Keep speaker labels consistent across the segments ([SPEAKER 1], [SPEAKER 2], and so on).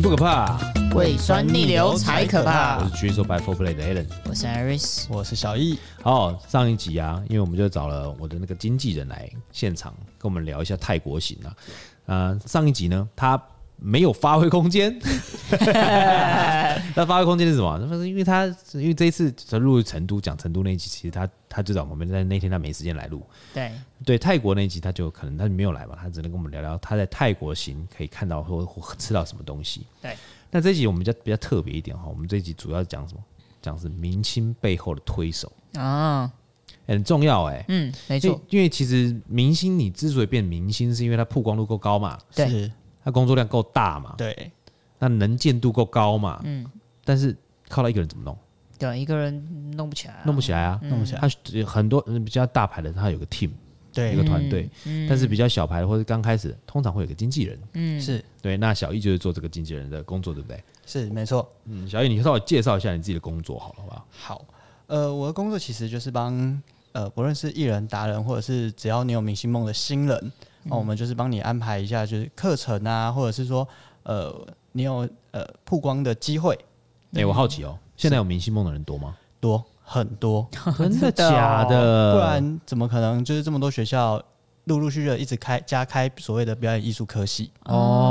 [SPEAKER 1] 不可怕，
[SPEAKER 2] 胃酸逆流才可
[SPEAKER 1] 我
[SPEAKER 2] 怕
[SPEAKER 1] 是。举手 by Four Play 的 Alan。
[SPEAKER 2] 我是 Iris，
[SPEAKER 3] 我是小易，
[SPEAKER 1] 好，上一集啊，因为我们就找了我的那个经纪人来现场跟我们聊一下泰国行啊。呃，上一集呢，他没有发挥空间。 那发挥空间是什么？那是因为他因为这一次他录成都讲成都那一集，其实他他就在我们在那天他没时间来录，
[SPEAKER 2] 对，
[SPEAKER 1] 对泰国那一集，他就可能他没有来嘛，他只能跟我们聊聊他在泰国行可以看到或或吃到什么东西。
[SPEAKER 2] 对，
[SPEAKER 1] 那这一集我们比较比较特别一点哈，我们这一集主要讲什么？讲是明星背后的推手，
[SPEAKER 2] 啊，
[SPEAKER 1] 很重要哎、
[SPEAKER 2] 嗯，没
[SPEAKER 1] 因为
[SPEAKER 2] 错，
[SPEAKER 1] 因为其实明星你之所以变明星，是因为他曝光度够高嘛，
[SPEAKER 2] 对
[SPEAKER 3] 是
[SPEAKER 1] 他工作量够大嘛，
[SPEAKER 3] 对，
[SPEAKER 1] 那能见度够高嘛，嗯，但是靠他一个人怎么弄？
[SPEAKER 2] 对，一个人弄不起来啊，
[SPEAKER 1] 弄不起来啊，
[SPEAKER 3] 弄不起来，
[SPEAKER 1] 他很多嗯比较大牌的，他有个 team，有
[SPEAKER 3] 对
[SPEAKER 1] 个，团队，
[SPEAKER 2] 嗯
[SPEAKER 1] 但是比较小牌的或者刚开始，通常会有个经纪人。
[SPEAKER 3] 是
[SPEAKER 1] 对，那小易就是做这个经纪人的工作，对不对？
[SPEAKER 3] 是没错。
[SPEAKER 1] 嗯，小易，你稍微介绍一下你自己的工作好了，好不好？
[SPEAKER 3] 好，呃，我的工作其实就是帮呃，不论是艺人、达人，或者是只要你有明星梦的新人，那、我们就是帮你安排一下，就是课程啊，或者是说呃，你有呃曝光的机会
[SPEAKER 1] 哎、我好奇哦，
[SPEAKER 3] 嗯
[SPEAKER 1] 现在有明星梦的人多 吗？
[SPEAKER 3] 多很多，
[SPEAKER 1] 真的假的？
[SPEAKER 3] 哦不然怎么可能就是这么多学校陆陆续续地一直开加开所谓的表演艺术科系？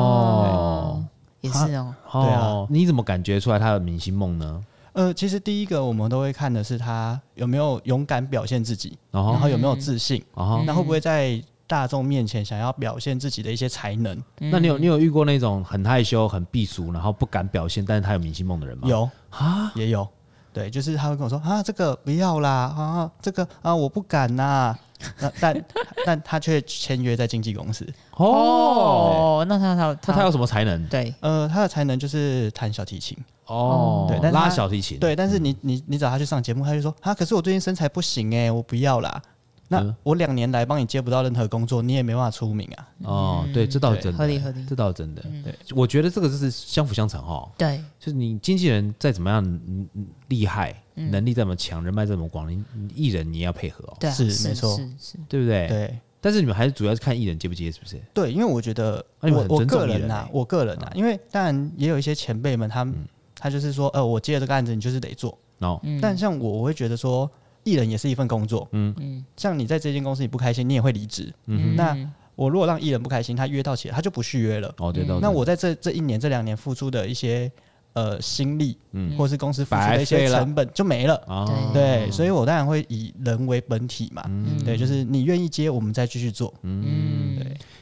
[SPEAKER 1] 哦
[SPEAKER 2] 也是哦，
[SPEAKER 1] 哦，
[SPEAKER 3] 对啊
[SPEAKER 1] 你怎么感觉出来他的明星梦呢？
[SPEAKER 3] 呃，其实第一个我们都会看的是他有没有勇敢表现自己，
[SPEAKER 1] 然
[SPEAKER 3] 然
[SPEAKER 1] 后，
[SPEAKER 3] 后有没有自信。
[SPEAKER 1] 然后，
[SPEAKER 3] 那会不会在大众面前想要表现自己的一些才能？
[SPEAKER 1] 那
[SPEAKER 3] 嗯
[SPEAKER 1] 你有你有遇过那种很害羞、很避俗，然后不敢表现，但是他有明星梦的人吗？
[SPEAKER 3] 有啊，也有。对，就是他会跟我说啊，这个不要啦，啊，这个啊，我不敢呐、 那但但他却签约在经纪公司。
[SPEAKER 1] 哦，
[SPEAKER 2] 哦，那他他
[SPEAKER 1] 他他有什么才能？
[SPEAKER 2] 对，
[SPEAKER 3] 呃，他的才能就是弹小提琴。
[SPEAKER 1] 哦，
[SPEAKER 3] 对但是他
[SPEAKER 1] 拉小提琴，
[SPEAKER 3] 对，但是你你你找他去上节目，他就说啊，可是我最近身材不行哎、我不要啦。
[SPEAKER 1] 嗯
[SPEAKER 3] 那我两年来帮你接不到任何工作，你也没办法出名啊。
[SPEAKER 1] 哦，对，这倒是真的，
[SPEAKER 2] 合理合理
[SPEAKER 1] 这倒是真的。
[SPEAKER 3] 嗯
[SPEAKER 1] 对，我觉得这个就是相辅相成哦。
[SPEAKER 2] 对，
[SPEAKER 1] 就是你经纪人再怎么样嗯嗯厉害，能力再怎么强，人脉再怎么广，你你艺人你也要配合哦，
[SPEAKER 2] 对啊，
[SPEAKER 3] 是
[SPEAKER 2] 是
[SPEAKER 3] 没错
[SPEAKER 2] 是是，
[SPEAKER 1] 对不对？
[SPEAKER 3] 对
[SPEAKER 1] 但是你们还是主要是看艺人接不接，是不是？
[SPEAKER 3] 对，因为我觉得
[SPEAKER 1] 那你们
[SPEAKER 3] 我
[SPEAKER 1] 很
[SPEAKER 3] 我
[SPEAKER 1] 尊重
[SPEAKER 3] 个
[SPEAKER 1] 艺
[SPEAKER 3] 人
[SPEAKER 1] 人
[SPEAKER 3] 呐、
[SPEAKER 1] 欸嗯
[SPEAKER 3] 我个人呐、因为当然也有一些前辈们，他们、他就是说，呃，我接了这个案子，你就是得做。
[SPEAKER 1] 然后
[SPEAKER 3] 但像我，我会觉得说，艺人也是一份工作，嗯嗯，像你在这间公司你不开心，你也会离职，嗯，那我如果让艺人不开心，他约到起来，他就不续约了。
[SPEAKER 1] 哦，对对，
[SPEAKER 3] 那我在这这一年、这两年付出的一些呃心力，嗯，或是公司付出
[SPEAKER 1] 白
[SPEAKER 3] 的一些
[SPEAKER 1] 费了
[SPEAKER 3] 成本就没了。
[SPEAKER 1] 啊，
[SPEAKER 2] 对
[SPEAKER 3] 对，所以我当然会以人为本体嘛，
[SPEAKER 1] 嗯
[SPEAKER 3] 对，就是你愿意接，我们再继续做，
[SPEAKER 2] 嗯，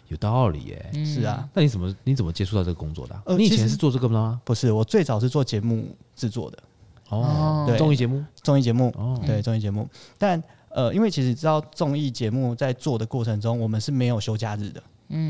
[SPEAKER 1] 有道理耶。
[SPEAKER 3] 是啊，
[SPEAKER 1] 那你怎么你怎么接触到这个工作的啊？
[SPEAKER 3] 呃
[SPEAKER 1] 你以前
[SPEAKER 3] 其实
[SPEAKER 1] 是做这个吗？
[SPEAKER 3] 不是，我最早是做节目制作的
[SPEAKER 1] 哦，
[SPEAKER 3] 对
[SPEAKER 1] 综艺节目
[SPEAKER 3] 综艺节目，
[SPEAKER 1] 哦
[SPEAKER 3] 对综艺节目。但呃，因为其实知道综艺节目在做的过程中，我们是没有休假日的。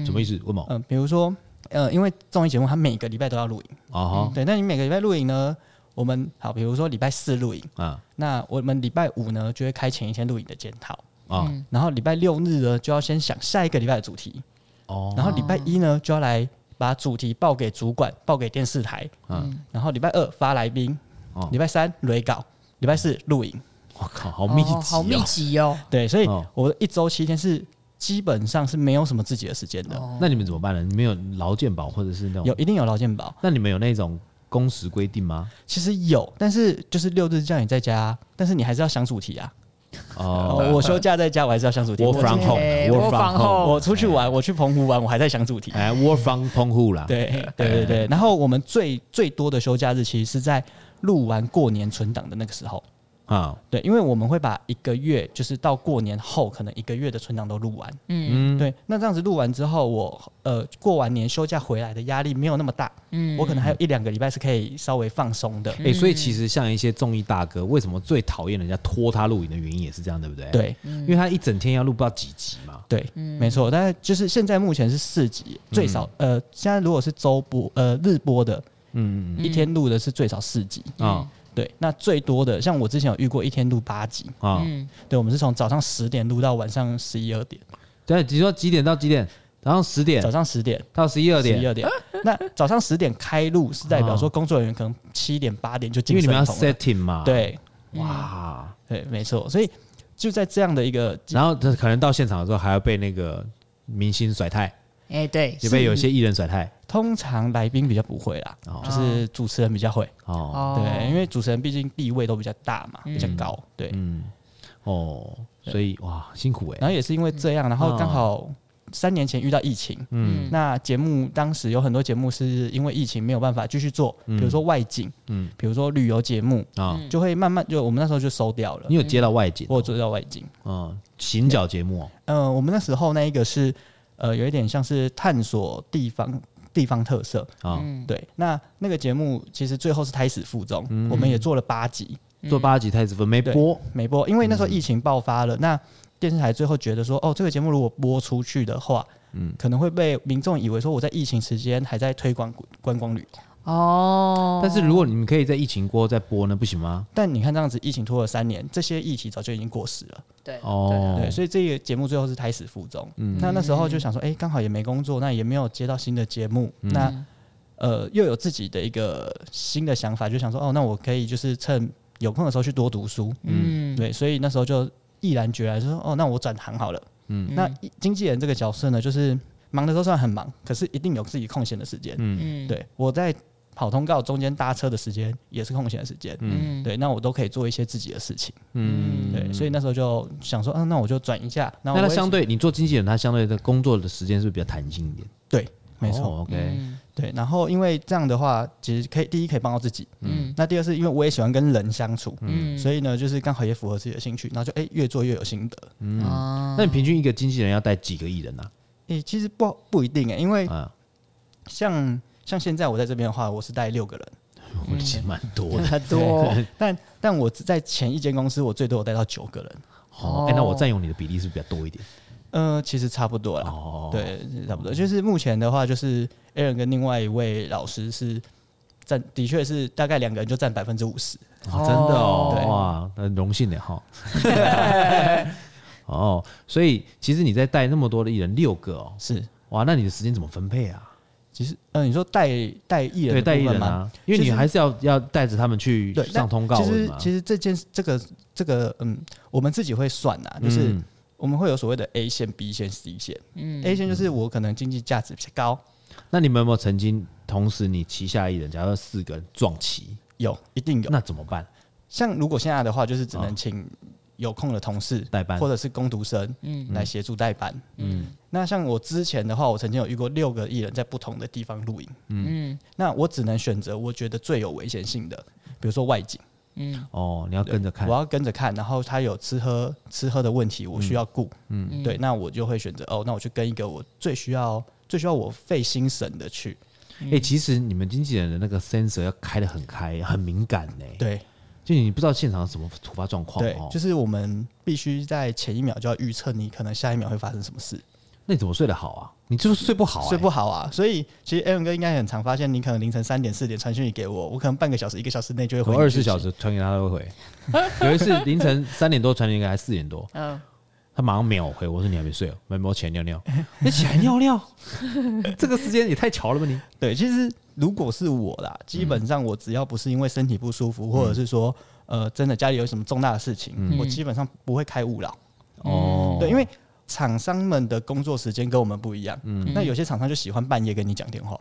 [SPEAKER 1] 什么意思？问某
[SPEAKER 3] 嗯、比如说呃，因为综艺节目它每个礼拜都要录影，
[SPEAKER 1] 啊
[SPEAKER 3] 对，那你每个礼拜录影呢，我们好，比如说礼拜四录影，
[SPEAKER 1] 哈啊
[SPEAKER 3] 那我们礼拜五呢就会开前一天录影的检讨，
[SPEAKER 1] 啊
[SPEAKER 3] 然后礼拜六日呢就要先想下一个礼拜的主题，
[SPEAKER 1] 哦
[SPEAKER 3] 然后礼拜一呢就要来把主题报给主管，报给电视台，
[SPEAKER 1] 嗯，
[SPEAKER 3] 然后礼拜二发来宾
[SPEAKER 1] 哦，
[SPEAKER 3] 礼拜三雷稿，礼拜四录影。
[SPEAKER 1] 我靠，好密集
[SPEAKER 2] 哦
[SPEAKER 1] 哦，
[SPEAKER 2] 好密集哦，
[SPEAKER 3] 对，所以
[SPEAKER 1] 哦
[SPEAKER 3] 我一周七天是基本上是没有什么自己的时间的，
[SPEAKER 1] 那你们怎么办呢？你们有劳健保或者是那
[SPEAKER 3] 有
[SPEAKER 1] 种？
[SPEAKER 3] 一定有劳健保，
[SPEAKER 1] 那你们有那种工时规定吗？
[SPEAKER 3] 其实有，但是就是六日叫你在家，但是你还是要想主题啊。
[SPEAKER 1] 哦
[SPEAKER 3] 哦，我休假在家，我还是要想主题。
[SPEAKER 1] ，work
[SPEAKER 3] 我
[SPEAKER 1] from
[SPEAKER 2] 哦
[SPEAKER 3] 出
[SPEAKER 1] home，work
[SPEAKER 2] work
[SPEAKER 1] from
[SPEAKER 2] from
[SPEAKER 1] home，
[SPEAKER 2] home
[SPEAKER 3] 我出去玩，我去澎湖玩，我还在想主题。
[SPEAKER 1] 哎，work from home 啦，
[SPEAKER 3] 对对对对，然后我们最最多的休假日其实是在录完过年存档的那个时候。
[SPEAKER 1] 啊，
[SPEAKER 3] 对，因为我们会把一个月，就是到过年后可能一个月的存档都录完。
[SPEAKER 1] 嗯，
[SPEAKER 3] 对，那这样子录完之后，我呃过完年休假回来的压力没有那么大，嗯，我可能还有一两个礼拜是可以稍微放松的。
[SPEAKER 1] 哎、所以其实像一些综艺大哥，为什么最讨厌人家拖他录影的原因也是这样，对不对？，
[SPEAKER 3] 对
[SPEAKER 1] 因为他一整天要录不到几集嘛。
[SPEAKER 3] 对，没错。但是就是现在目前是四集，最少、呃，现在如果是周播呃日播的，
[SPEAKER 1] 嗯
[SPEAKER 3] 一天录的是最少四集。
[SPEAKER 1] 嗯啊
[SPEAKER 3] 对，那最多的像我之前有遇过一天录八集，
[SPEAKER 1] 啊，
[SPEAKER 3] 对我们是从早上十点录到晚上十一二点，
[SPEAKER 1] 对，你说几点到几点？早上十点
[SPEAKER 3] 早上十点。
[SPEAKER 1] 到十一二
[SPEAKER 3] 十
[SPEAKER 1] 点啊
[SPEAKER 3] 一，二点，那早上十点开录是代表说工作人员可能七点八点就
[SPEAKER 1] 因
[SPEAKER 3] 进
[SPEAKER 1] 为你
[SPEAKER 3] 神
[SPEAKER 1] 们要啊
[SPEAKER 3] 童了。
[SPEAKER 1] setting 嘛。，
[SPEAKER 3] 对
[SPEAKER 1] 嗯哇，
[SPEAKER 3] 对，没错。所以就在这样的一个，
[SPEAKER 1] 然后他可能到现场的时候还要被那个明星甩态，
[SPEAKER 2] 哎，对，
[SPEAKER 1] 也被有
[SPEAKER 2] 是
[SPEAKER 1] 些艺人甩态。
[SPEAKER 3] 通常来宾比较不会啦，
[SPEAKER 1] 哦
[SPEAKER 3] 就是主持人比较会。
[SPEAKER 1] 哦，
[SPEAKER 2] 哦，
[SPEAKER 3] 对，因为主持人毕竟地位都比较大嘛，比较
[SPEAKER 1] 嗯
[SPEAKER 3] 高。对，
[SPEAKER 1] 嗯，哦，所以哇，辛苦哎、
[SPEAKER 3] 然后也是因为这样，然后刚好三年前遇到疫情，
[SPEAKER 1] 哦嗯
[SPEAKER 3] 那节目当时有很多节目是因为疫情没有办法继续做，
[SPEAKER 1] 嗯
[SPEAKER 3] 比如说外景，
[SPEAKER 1] 嗯
[SPEAKER 3] 比如说旅游节目，
[SPEAKER 1] 啊、
[SPEAKER 2] 嗯
[SPEAKER 3] 就会慢慢就我们那时候就收掉了
[SPEAKER 1] 你。有接到外景、
[SPEAKER 3] 我有做到外景，
[SPEAKER 1] 嗯，行脚节目哦、
[SPEAKER 3] 呃，我们那时候那一个是呃有一点像是探索地方地方特色，
[SPEAKER 1] 啊、
[SPEAKER 2] 嗯
[SPEAKER 3] 对。那那个节目其实最后是胎死腹中，我们也做了八集，
[SPEAKER 1] 做八集太子分没播，
[SPEAKER 3] 没播，因为那时候疫情爆发了，那电视台最后觉得说，哦，这个节目如果播出去的话，嗯，可能会被民众以为说我在疫情时间还在推广观光旅游，
[SPEAKER 2] 哦，
[SPEAKER 1] 但是如果你们可以在疫情过后再播呢，不行吗？
[SPEAKER 3] 但你看这样子，疫情拖了三年，这些议题早就已经过时了，
[SPEAKER 2] 对
[SPEAKER 1] 哦
[SPEAKER 3] 对，所以这个节目最后是胎死腹中。那那时候就想说，哎、刚好也没工作，那也没有接到新的节目，那呃又有自己的一个新的想法，就想说，哦，那我可以就是趁有空的时候去多读书，
[SPEAKER 2] 嗯
[SPEAKER 3] 对，所以那时候就毅然决然就说，哦，那我转行好了。嗯，那一经纪人这个角色呢，就是忙的时候虽然很忙，可是一定有自己空闲的时间。
[SPEAKER 2] 嗯
[SPEAKER 3] 对我在跑通告中间搭车的时间也是空闲的时间。
[SPEAKER 2] 嗯
[SPEAKER 3] 对，那我都可以做一些自己的事情。
[SPEAKER 1] 嗯，
[SPEAKER 3] 对，所以那时候就想说，嗯、那我就转一下。那
[SPEAKER 1] 那他相对你做经纪人，他相对的工作的时间是不是比较弹性一点？
[SPEAKER 3] 对，没错，
[SPEAKER 1] 哦，OK，、
[SPEAKER 2] 嗯
[SPEAKER 3] 对。然后因为这样的话，其实可以第一可以帮到自己，
[SPEAKER 2] 嗯
[SPEAKER 3] 那第二是因为我也喜欢跟人相处，
[SPEAKER 2] 嗯
[SPEAKER 3] 所以呢，就是刚好也符合自己的兴趣，然后就哎、越做越有心得。
[SPEAKER 2] 以啊
[SPEAKER 1] 那你平均一个经纪人要带几个艺人呢、
[SPEAKER 3] 诶、其实不不一定诶、因为
[SPEAKER 1] 啊？啊，
[SPEAKER 3] 像像现在我在这边的话，我是带六个人，
[SPEAKER 1] 我其实蛮多的。
[SPEAKER 2] 很多
[SPEAKER 3] 但但我只在前一间公司，我最多有带到九个人。
[SPEAKER 1] 哦，哎、那我占用你的比例是不是比较多一点？
[SPEAKER 3] 呃，其实差不多啦，
[SPEAKER 1] 哦，，
[SPEAKER 3] 对，差不多。就是目前的话，就是 Aaron 跟另外一位老师是占，的确是大概两个人就占百分之五十。
[SPEAKER 1] 哦、真的
[SPEAKER 3] 对
[SPEAKER 1] 哦，哇，那荣幸的哈。
[SPEAKER 2] 嗯
[SPEAKER 1] 哦，所以其实你在带那么多的艺人，六个哦，
[SPEAKER 3] 是，
[SPEAKER 1] 哇，那你的时间怎么分配啊？
[SPEAKER 3] 其实，嗯、你说带带艺
[SPEAKER 1] 对，
[SPEAKER 3] 人的
[SPEAKER 1] 带艺
[SPEAKER 3] 部分
[SPEAKER 1] 人
[SPEAKER 3] 吗？
[SPEAKER 1] 啊，因为你
[SPEAKER 3] 就是
[SPEAKER 1] 还是要要带着他们去
[SPEAKER 3] 对，
[SPEAKER 1] 上
[SPEAKER 3] 但
[SPEAKER 1] 通告
[SPEAKER 3] 其
[SPEAKER 1] 文啊
[SPEAKER 3] 实
[SPEAKER 1] 嘛，
[SPEAKER 3] 其实这件事这个这个，嗯，我们自己会算啊，就是。
[SPEAKER 1] 嗯
[SPEAKER 3] 我们会有所谓的 A 线、B 线、C 线。嗯，A 线就是我可能经济价值比较高，
[SPEAKER 1] 那你们有没有曾经同时你旗下艺人，假如说四个人撞齐，
[SPEAKER 3] 有一定有。
[SPEAKER 1] 那怎么办？
[SPEAKER 3] 像如果现在的话，就是只能请有空的同事
[SPEAKER 1] 代班
[SPEAKER 3] 或者是工读生，嗯，来协助代班，嗯。那像我之前的话，我曾经有遇过六个艺人在不同的地方录影，嗯，那我只能选择我觉得最有危险性的，比如说外景，
[SPEAKER 1] 哦，你要跟着看
[SPEAKER 3] 我，要跟着看，然后他有吃喝吃喝的问题，我需要顾，嗯，对，那我就会选择哦，那我去跟一个我最需要最需要我费心神的去，
[SPEAKER 1] 哎、其实你们经纪人的那个 sensor 要开得很开，很敏感呢、
[SPEAKER 3] 对
[SPEAKER 1] 就你不知道现场什么突发状况
[SPEAKER 3] 对
[SPEAKER 1] 哦，。
[SPEAKER 3] 就是我们必须在前一秒就要预测你可能下一秒会发生什么事。
[SPEAKER 1] 那你怎么睡得好啊？你就是睡不好、欸，
[SPEAKER 3] 睡不好啊。所以其实 Aaron 哥应该很常发现，你可能凌晨三点、四点传讯息给我，我可能半个小时、一个小时内就会回
[SPEAKER 1] 我
[SPEAKER 3] 你。
[SPEAKER 1] 二十四小时传给他，他都会 回。有一次凌晨三点多传给他，还四点多，
[SPEAKER 2] 嗯
[SPEAKER 1] 他马上秒回我说：“你还没睡哦，没没有起来尿 尿，你起来尿尿，这个时间也太巧了吧你
[SPEAKER 3] 对，其实如果是我啦，基本上我只要不是因为身体不舒服，或者是说
[SPEAKER 1] 嗯
[SPEAKER 3] 呃真的家里有什么重大的事情，我基本上不会开勿扰。
[SPEAKER 1] 哦
[SPEAKER 3] 对，因为厂商们的工作时间跟我们不一样，
[SPEAKER 1] 嗯
[SPEAKER 3] 那有些厂商就喜欢半夜跟你讲电话。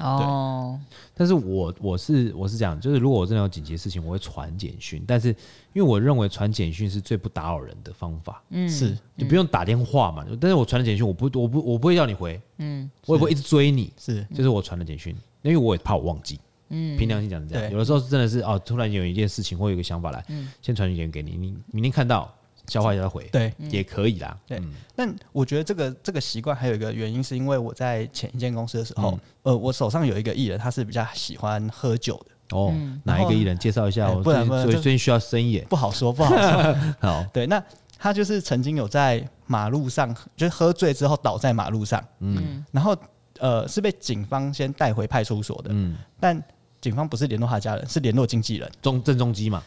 [SPEAKER 2] 哦
[SPEAKER 1] 但是我我是我是这样，就是如果我真的有紧急的事情，我会传简讯，但是因为我认为传简讯是最不打扰人的方法，
[SPEAKER 2] 嗯
[SPEAKER 3] 是
[SPEAKER 1] 你不用打电话嘛。但是我传的简讯，我不我不我不会要你回，
[SPEAKER 2] 嗯
[SPEAKER 1] 我也不会一直追你，
[SPEAKER 3] 是，
[SPEAKER 1] 就是我传的简讯，因为我也怕我忘记。嗯，凭良心讲是这样，
[SPEAKER 3] 对
[SPEAKER 1] 有的时候是真的是哦，突然有一件事情或有一个想法来，先传简讯给你，你明天看到消化一下再回，
[SPEAKER 3] 对。
[SPEAKER 1] 也可以啦。
[SPEAKER 3] 对，但我觉得这个这个习惯还有一个原因，是因为我在前一间公司的时候，
[SPEAKER 1] 嗯
[SPEAKER 3] 呃，我手上有一个艺人，他是比较喜欢喝酒的，
[SPEAKER 1] 哦，哪一个艺人介绍一下？
[SPEAKER 3] 哎
[SPEAKER 1] 我
[SPEAKER 3] 不
[SPEAKER 1] 最
[SPEAKER 3] 然
[SPEAKER 1] 近
[SPEAKER 3] 不然
[SPEAKER 1] 最
[SPEAKER 3] 就
[SPEAKER 1] 最近需要深夜，
[SPEAKER 3] 不好说，不好说。
[SPEAKER 1] 好，
[SPEAKER 3] 对，那他就是曾经有在马路上，就是喝醉之后倒在马路上，
[SPEAKER 2] 嗯
[SPEAKER 3] 然后呃是被警方先带回派出所的，
[SPEAKER 1] 嗯，
[SPEAKER 3] 但警方不是联络他家人，是联络经纪人，
[SPEAKER 1] 中郑中 基嘛，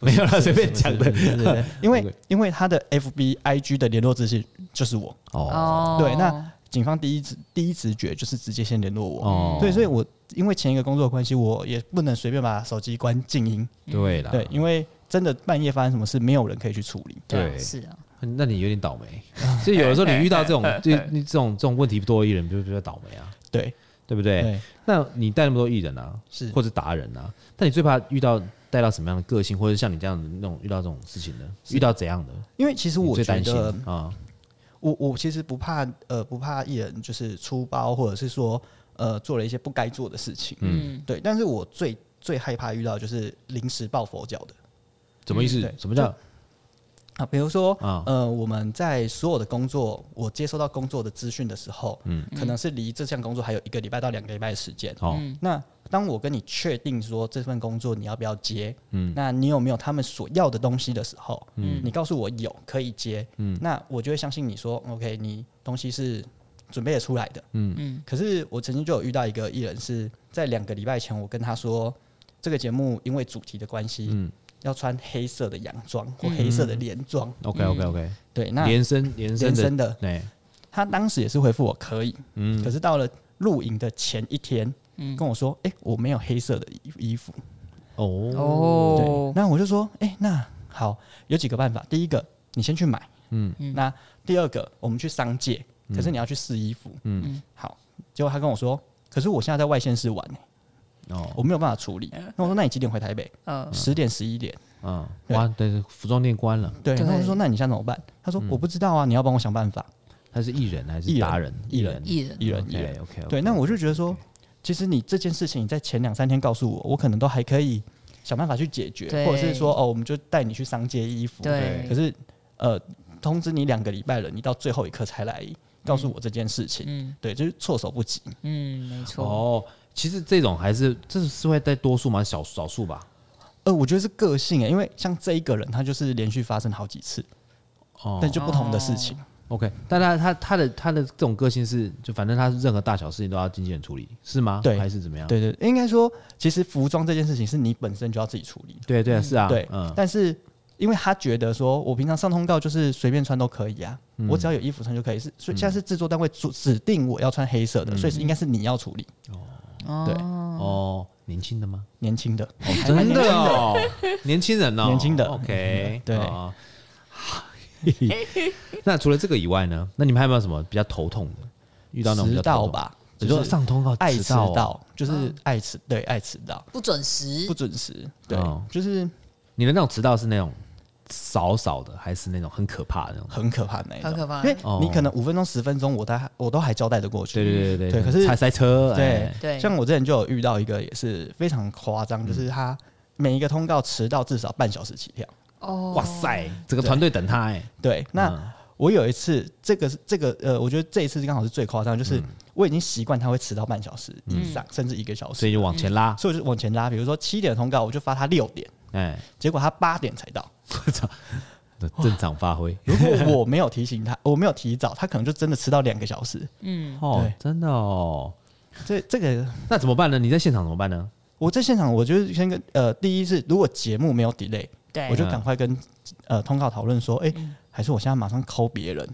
[SPEAKER 1] 没有啦，随便讲的。
[SPEAKER 3] 因为因为他的 FB、IG 的联络资讯就是我，
[SPEAKER 1] 哦
[SPEAKER 2] 哦
[SPEAKER 3] 对那警方第一直第一直觉就是直接先联络我，
[SPEAKER 1] 哦
[SPEAKER 3] 对，所以我因为前一个工作的关系，我也不能随便把手机关静音，
[SPEAKER 1] 对啦，
[SPEAKER 3] 对，因为真的半夜发生什么事，没有人可以去处理。
[SPEAKER 1] 对
[SPEAKER 2] 是啊
[SPEAKER 1] 那你有点 倒霉。所以有的时候你遇到这种就你这种这种问题不多的艺人，就比较倒霉啊。
[SPEAKER 3] 对，
[SPEAKER 1] 对不对？
[SPEAKER 3] 对，
[SPEAKER 1] 那你带那么多艺人啊，
[SPEAKER 3] 是
[SPEAKER 1] 或者达人啊，但你最怕遇到带到什么样的个性，或者像你这样的那种遇到这种事情的，遇到怎样的？
[SPEAKER 3] 因为其实
[SPEAKER 1] 你
[SPEAKER 3] 我
[SPEAKER 1] 最
[SPEAKER 3] 觉
[SPEAKER 1] 担心
[SPEAKER 3] 得，嗯
[SPEAKER 1] 啊，
[SPEAKER 3] 我我其实不怕呃不怕艺人就是出包，或者是说呃做了一些不该做的事情，
[SPEAKER 2] 嗯，
[SPEAKER 3] 对。但是我最最害怕遇到就是临时抱佛脚的
[SPEAKER 1] 什么意
[SPEAKER 3] 嗯
[SPEAKER 1] 思
[SPEAKER 3] 对？
[SPEAKER 1] 什么叫
[SPEAKER 3] 啊，比如说
[SPEAKER 1] 啊？
[SPEAKER 3] 呃我们在所有的工作，我接收到工作的资讯的时候，嗯，可能是离这项工作还有一个礼拜到两个礼拜的时间，
[SPEAKER 1] 哦，
[SPEAKER 3] 那当我跟你确定说这份工作你要不要接，嗯，那你有没有他们所要的东西的时候，嗯，你告诉我有可以接，嗯，那我就会相信你说，OK，你东西是准备得出来的，嗯嗯。可是我曾经就有遇到一个艺人是在两个礼拜前，我跟他说这个节目因为主题的关系，嗯，要穿黑色的洋装或黑色的连装，
[SPEAKER 1] OK OK OK，
[SPEAKER 3] 对，嗯那
[SPEAKER 1] 连身连身
[SPEAKER 3] 连
[SPEAKER 1] 的
[SPEAKER 3] 身的，
[SPEAKER 1] 对，
[SPEAKER 3] 他当时也是回复我可以，嗯，可是到了露营的前一天，嗯，跟我说，哎、我没有黑色的衣衣服，
[SPEAKER 1] 哦，
[SPEAKER 2] 哦
[SPEAKER 3] 对，，那我就说，哎、那好，有几个办法，第一个，你先去买，嗯，那第二个，我们去商界，可是你要去试衣服，嗯，好，结果他跟我说，可是我现在在外县市玩、欸
[SPEAKER 1] 哦，
[SPEAKER 3] 我没有办法处理，那我说，那你几点回台北？
[SPEAKER 2] 嗯，
[SPEAKER 3] 十点十一点，
[SPEAKER 1] 嗯，哇，对，服装店关了，
[SPEAKER 3] 对，
[SPEAKER 2] 对
[SPEAKER 3] 那我就说，那你现在怎么办？他说，我不知道啊，你要帮我想办法，
[SPEAKER 1] 他是艺人还
[SPEAKER 3] 艺
[SPEAKER 1] 是
[SPEAKER 3] 人
[SPEAKER 1] 达人？
[SPEAKER 3] 艺人
[SPEAKER 2] 艺人，
[SPEAKER 3] 艺人，艺人。
[SPEAKER 1] ，OK OK，
[SPEAKER 3] 对，那我就觉得说，其实你这件事情你在前两三天告诉我，我可能都还可以想办法去解决，
[SPEAKER 2] 对
[SPEAKER 3] 或者是说哦，我们就带你去商街衣服。
[SPEAKER 2] 对
[SPEAKER 3] 可是呃，通知你两个礼拜了，你到最后一刻才来告诉我这件事情，
[SPEAKER 2] 嗯
[SPEAKER 3] 对，就是措手不及。
[SPEAKER 2] 嗯，没错，
[SPEAKER 1] 哦，其实这种还是这是会在多数吗？少少数吧。
[SPEAKER 3] 呃，我觉得是个性诶、因为像这一个人，他就是连续发生好几次，
[SPEAKER 1] 哦
[SPEAKER 3] 但就不同的事情。
[SPEAKER 2] 哦
[SPEAKER 1] OK，但他他他的他的这种个性是，就反正他任何大小事情都要经纪人处理，是吗？
[SPEAKER 3] 对
[SPEAKER 1] 还是怎么样？
[SPEAKER 3] 对对，应该说，其实服装这件事情是你本身就要自己处理的。
[SPEAKER 1] 对对是啊，
[SPEAKER 3] 对，
[SPEAKER 1] 嗯，
[SPEAKER 3] 但是因为他觉得说，我平常上通告就是随便穿都可以啊，
[SPEAKER 1] 嗯
[SPEAKER 3] 我只要有衣服穿就可以。是，所以现在是制作单位指指定我要穿黑色的，所以是应该是你要处理对
[SPEAKER 2] 哦，
[SPEAKER 1] 哦，年轻的吗？
[SPEAKER 3] 年轻的。
[SPEAKER 1] 哦，真的哦，年轻人哦，
[SPEAKER 3] 哎年轻的
[SPEAKER 1] OK，
[SPEAKER 3] 对
[SPEAKER 1] 哦 那除了这个以外呢？那你们还有没有什么比较头痛的？遇到那种比较
[SPEAKER 3] 迟到
[SPEAKER 1] 头痛，
[SPEAKER 3] 吧，
[SPEAKER 1] 你
[SPEAKER 3] 就
[SPEAKER 1] 说
[SPEAKER 3] 是
[SPEAKER 1] 上通告
[SPEAKER 3] 爱迟
[SPEAKER 1] 到哦，
[SPEAKER 3] 到，啊就是爱迟，对，爱迟到，
[SPEAKER 2] 不准时
[SPEAKER 3] 不，准时，对
[SPEAKER 1] 哦，
[SPEAKER 3] 就是
[SPEAKER 1] 你的那种迟到是那种少少的，还是那种很可怕的那种？
[SPEAKER 3] 很可怕那一
[SPEAKER 2] 很
[SPEAKER 3] 种。
[SPEAKER 2] 可怕
[SPEAKER 3] 因。为你可能五分钟、十分钟，我都还我都还交代得过去。
[SPEAKER 1] 对对对
[SPEAKER 3] 对可是
[SPEAKER 1] 踩塞车，
[SPEAKER 3] 对
[SPEAKER 1] 哎
[SPEAKER 2] 对，
[SPEAKER 3] 像我之前就有遇到一个也是非常夸张，就是
[SPEAKER 1] 嗯
[SPEAKER 3] 他每一个通告迟到至少半小时起跳。
[SPEAKER 2] 哦，
[SPEAKER 1] 哇塞，整个团队等他哎，
[SPEAKER 3] 对，那
[SPEAKER 1] 嗯
[SPEAKER 3] 我有一次，这个是这个呃，我觉得这一次刚好是最夸张，
[SPEAKER 1] 嗯
[SPEAKER 3] 就是我已经习惯他会迟到半小时以上，甚至一个小时，
[SPEAKER 1] 所以就往前拉，
[SPEAKER 3] 所以我就往前拉。比如说七点的通告，我就发他六点，
[SPEAKER 1] 哎，
[SPEAKER 3] 结果他八点才 到。
[SPEAKER 1] 我操，那正常发挥
[SPEAKER 3] 如果我没有提醒他，我没有提早，他可能就真的迟到两个小时。
[SPEAKER 2] 嗯，
[SPEAKER 1] 哦
[SPEAKER 3] 对，
[SPEAKER 1] 真的哦。
[SPEAKER 3] 这这个
[SPEAKER 1] 那怎么办呢？你在现场怎么办呢？
[SPEAKER 3] 我在现场，我就是先跟呃，第一是如果节目没有 delay，
[SPEAKER 2] 对
[SPEAKER 3] 我，就赶快跟呃通告讨论说，哎、
[SPEAKER 1] 嗯
[SPEAKER 3] 还是我现在马上 call 别人，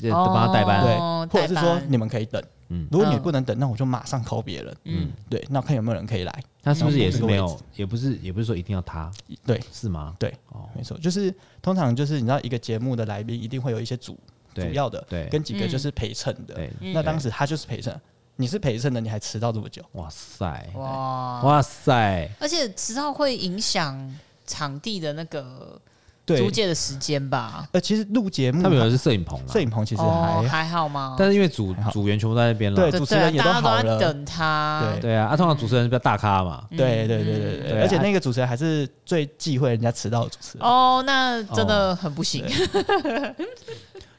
[SPEAKER 1] 就帮他代班，啊
[SPEAKER 3] 对
[SPEAKER 2] 哦，
[SPEAKER 3] 或者是
[SPEAKER 2] 代
[SPEAKER 3] 说
[SPEAKER 2] 班
[SPEAKER 3] 你们可以等。
[SPEAKER 1] 嗯
[SPEAKER 3] 如果你
[SPEAKER 2] 嗯
[SPEAKER 3] 不能等，那我就马上 call 别人。嗯，对，那看有没有人可以来。
[SPEAKER 1] 他是不是也是没
[SPEAKER 3] 嗯
[SPEAKER 1] 有？也不是，也不是说一定要他，
[SPEAKER 3] 对，
[SPEAKER 1] 是吗？
[SPEAKER 3] 对，
[SPEAKER 1] 哦，
[SPEAKER 3] 没错，就是通常就是你知道一个节目的来宾一定会有一些主
[SPEAKER 1] 对
[SPEAKER 3] 主要的，嗯
[SPEAKER 1] 对嗯
[SPEAKER 3] 跟几个就是陪衬的。
[SPEAKER 1] 对，
[SPEAKER 3] 那当时他就是陪衬，你是陪衬的，你还迟到这么久，
[SPEAKER 1] 哇塞，
[SPEAKER 2] 哇，
[SPEAKER 1] 哇塞，
[SPEAKER 2] 而且迟到会影响场地的那个租
[SPEAKER 3] 对。
[SPEAKER 2] 借的时间吧？
[SPEAKER 3] 呃，其实录节目啊
[SPEAKER 1] 他，们有的是摄影棚啦
[SPEAKER 3] 摄，影棚其实
[SPEAKER 2] 哦，
[SPEAKER 3] 还
[SPEAKER 2] 还好吗？
[SPEAKER 1] 但是因为组
[SPEAKER 3] 嗯还好
[SPEAKER 1] 组员全部都在那边了
[SPEAKER 3] 对，
[SPEAKER 2] 对
[SPEAKER 3] 主持
[SPEAKER 2] 对啊
[SPEAKER 3] 人也都
[SPEAKER 2] 大家
[SPEAKER 3] 好
[SPEAKER 2] 都在
[SPEAKER 3] 了
[SPEAKER 2] 等他，
[SPEAKER 3] 对
[SPEAKER 1] 对啊，啊，通常主持人是比较大咖嘛，
[SPEAKER 3] 对对对对
[SPEAKER 1] 对啊
[SPEAKER 3] 对，而且那个主持人还是最忌讳人家迟到的主持人。
[SPEAKER 2] 哦，那真的很不行。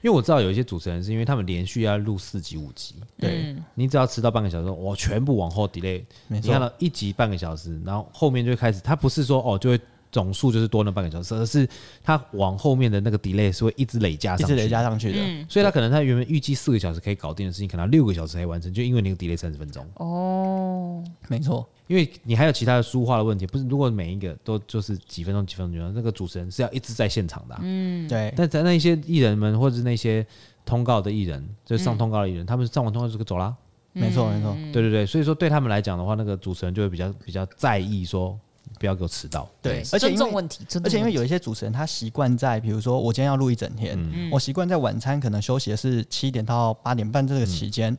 [SPEAKER 1] 因为我知道有一些主持人是因为他们连续要录四集五集，
[SPEAKER 3] 对，
[SPEAKER 2] 嗯，
[SPEAKER 1] 你只要迟到半个小时，我全部往后 delay，
[SPEAKER 3] 没
[SPEAKER 1] 你看
[SPEAKER 3] 错，
[SPEAKER 1] 到一集半个小时，然后后面就会开始，它不是说哦就会总数就是多那半个小时，而是它往后面的那个 delay 是会一直累加
[SPEAKER 3] 一
[SPEAKER 1] 上去，
[SPEAKER 3] 直得加上去的。
[SPEAKER 1] 所以它可能它原本预计四个小时可以搞定的事情，可能要六个小时才完成，就因为那个 delay 三十分钟。
[SPEAKER 2] 哦，
[SPEAKER 3] 没错，
[SPEAKER 1] 因为你还有其他的书画的问题，不是？如果每一个都就是几分钟、几分钟、几分钟，那个主持人是要一直在现场的啊、
[SPEAKER 3] 对
[SPEAKER 1] 但在那一些艺人们，或者是那些通告的艺人，就
[SPEAKER 3] 嗯
[SPEAKER 1] 上通告的艺人，他们上完通告就走啦。
[SPEAKER 3] 没错，没错。
[SPEAKER 1] 对对对，所以说对他们来讲的话，那个主持人就会比较比较在意说，不要给我迟到。
[SPEAKER 3] 对而且
[SPEAKER 2] 尊
[SPEAKER 3] 因
[SPEAKER 2] 重
[SPEAKER 3] 为
[SPEAKER 2] 问题，尊重
[SPEAKER 3] 而且因为
[SPEAKER 2] 问题
[SPEAKER 3] 有一些主持人他习惯在，比如说我今天要录一整天，
[SPEAKER 2] 嗯
[SPEAKER 3] 我习惯在嗯
[SPEAKER 2] 嗯
[SPEAKER 3] 晚餐可能休息的是七点到八点半这个期间，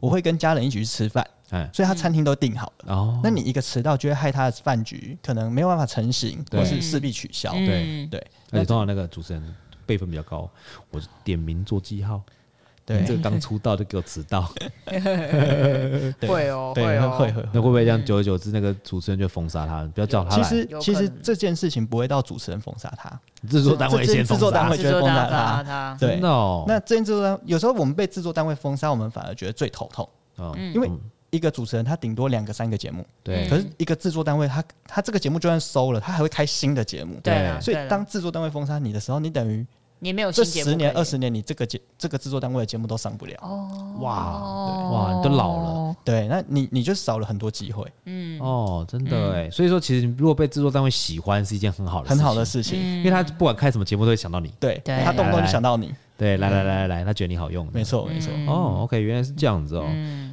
[SPEAKER 3] 我会跟家人一起去吃饭，
[SPEAKER 1] 哎，
[SPEAKER 3] 所以他餐厅都订好了。
[SPEAKER 1] 哦，
[SPEAKER 3] 那你一个迟到就会害他的饭局可能没有办法成型，
[SPEAKER 1] 对
[SPEAKER 3] 或是势必取消。
[SPEAKER 2] 嗯
[SPEAKER 1] 对
[SPEAKER 3] 对
[SPEAKER 1] 而且通常那个主持人辈分比较高，我点名做记号，你这
[SPEAKER 3] 对
[SPEAKER 1] 个刚出道就给我迟到，
[SPEAKER 3] 对
[SPEAKER 2] 会哦，
[SPEAKER 3] 对，
[SPEAKER 2] 哦，
[SPEAKER 3] 会会
[SPEAKER 1] 那会不会这样？久而久之，那个主持人就封杀他，不要叫他
[SPEAKER 3] 其
[SPEAKER 1] 来。
[SPEAKER 3] 实
[SPEAKER 2] 有可能
[SPEAKER 3] 其实这件事情不会到主持人封杀他，
[SPEAKER 1] 制作单位
[SPEAKER 3] 制
[SPEAKER 1] 先封
[SPEAKER 3] 制作单
[SPEAKER 1] 杀
[SPEAKER 3] 位，
[SPEAKER 2] 制
[SPEAKER 3] 就会
[SPEAKER 2] 作
[SPEAKER 3] 封杀
[SPEAKER 2] 大
[SPEAKER 3] 他
[SPEAKER 2] 大啊他，
[SPEAKER 3] 对
[SPEAKER 1] 真的哦。
[SPEAKER 3] 那这件制作单有时候我们被制作单位封杀，我们反而觉得最头痛。
[SPEAKER 1] 哦
[SPEAKER 2] 嗯
[SPEAKER 3] 因为一个主持人他顶多两个三个节目，
[SPEAKER 1] 对
[SPEAKER 3] 嗯可是一个制作单位他他这个节目就算收了，他还会开新的节目。
[SPEAKER 2] 对啊，对
[SPEAKER 3] 所以
[SPEAKER 2] 啊
[SPEAKER 3] 当制作单位封杀你的时候，你等于
[SPEAKER 2] 你没有
[SPEAKER 3] 这
[SPEAKER 2] 新节目
[SPEAKER 3] 十年
[SPEAKER 2] 可以
[SPEAKER 3] 二十年，你这个节这个制作单位的节目都上不了。
[SPEAKER 1] 哇哇，你都老了
[SPEAKER 2] 哦
[SPEAKER 3] 对，那你你就少了很多机会，
[SPEAKER 1] 哦，真的哎。所以说，其实如果被制作单位喜欢是一件很好的
[SPEAKER 3] 很好的
[SPEAKER 1] 情，
[SPEAKER 3] 事情。
[SPEAKER 1] 因为他不管开什么节目都会想到你。
[SPEAKER 3] 对，
[SPEAKER 2] 对
[SPEAKER 3] 他动不动就想到你，
[SPEAKER 1] 对，来来来来来，他觉得你好用。
[SPEAKER 3] 没错没错。
[SPEAKER 1] 哦，OK，原来是这样子哦。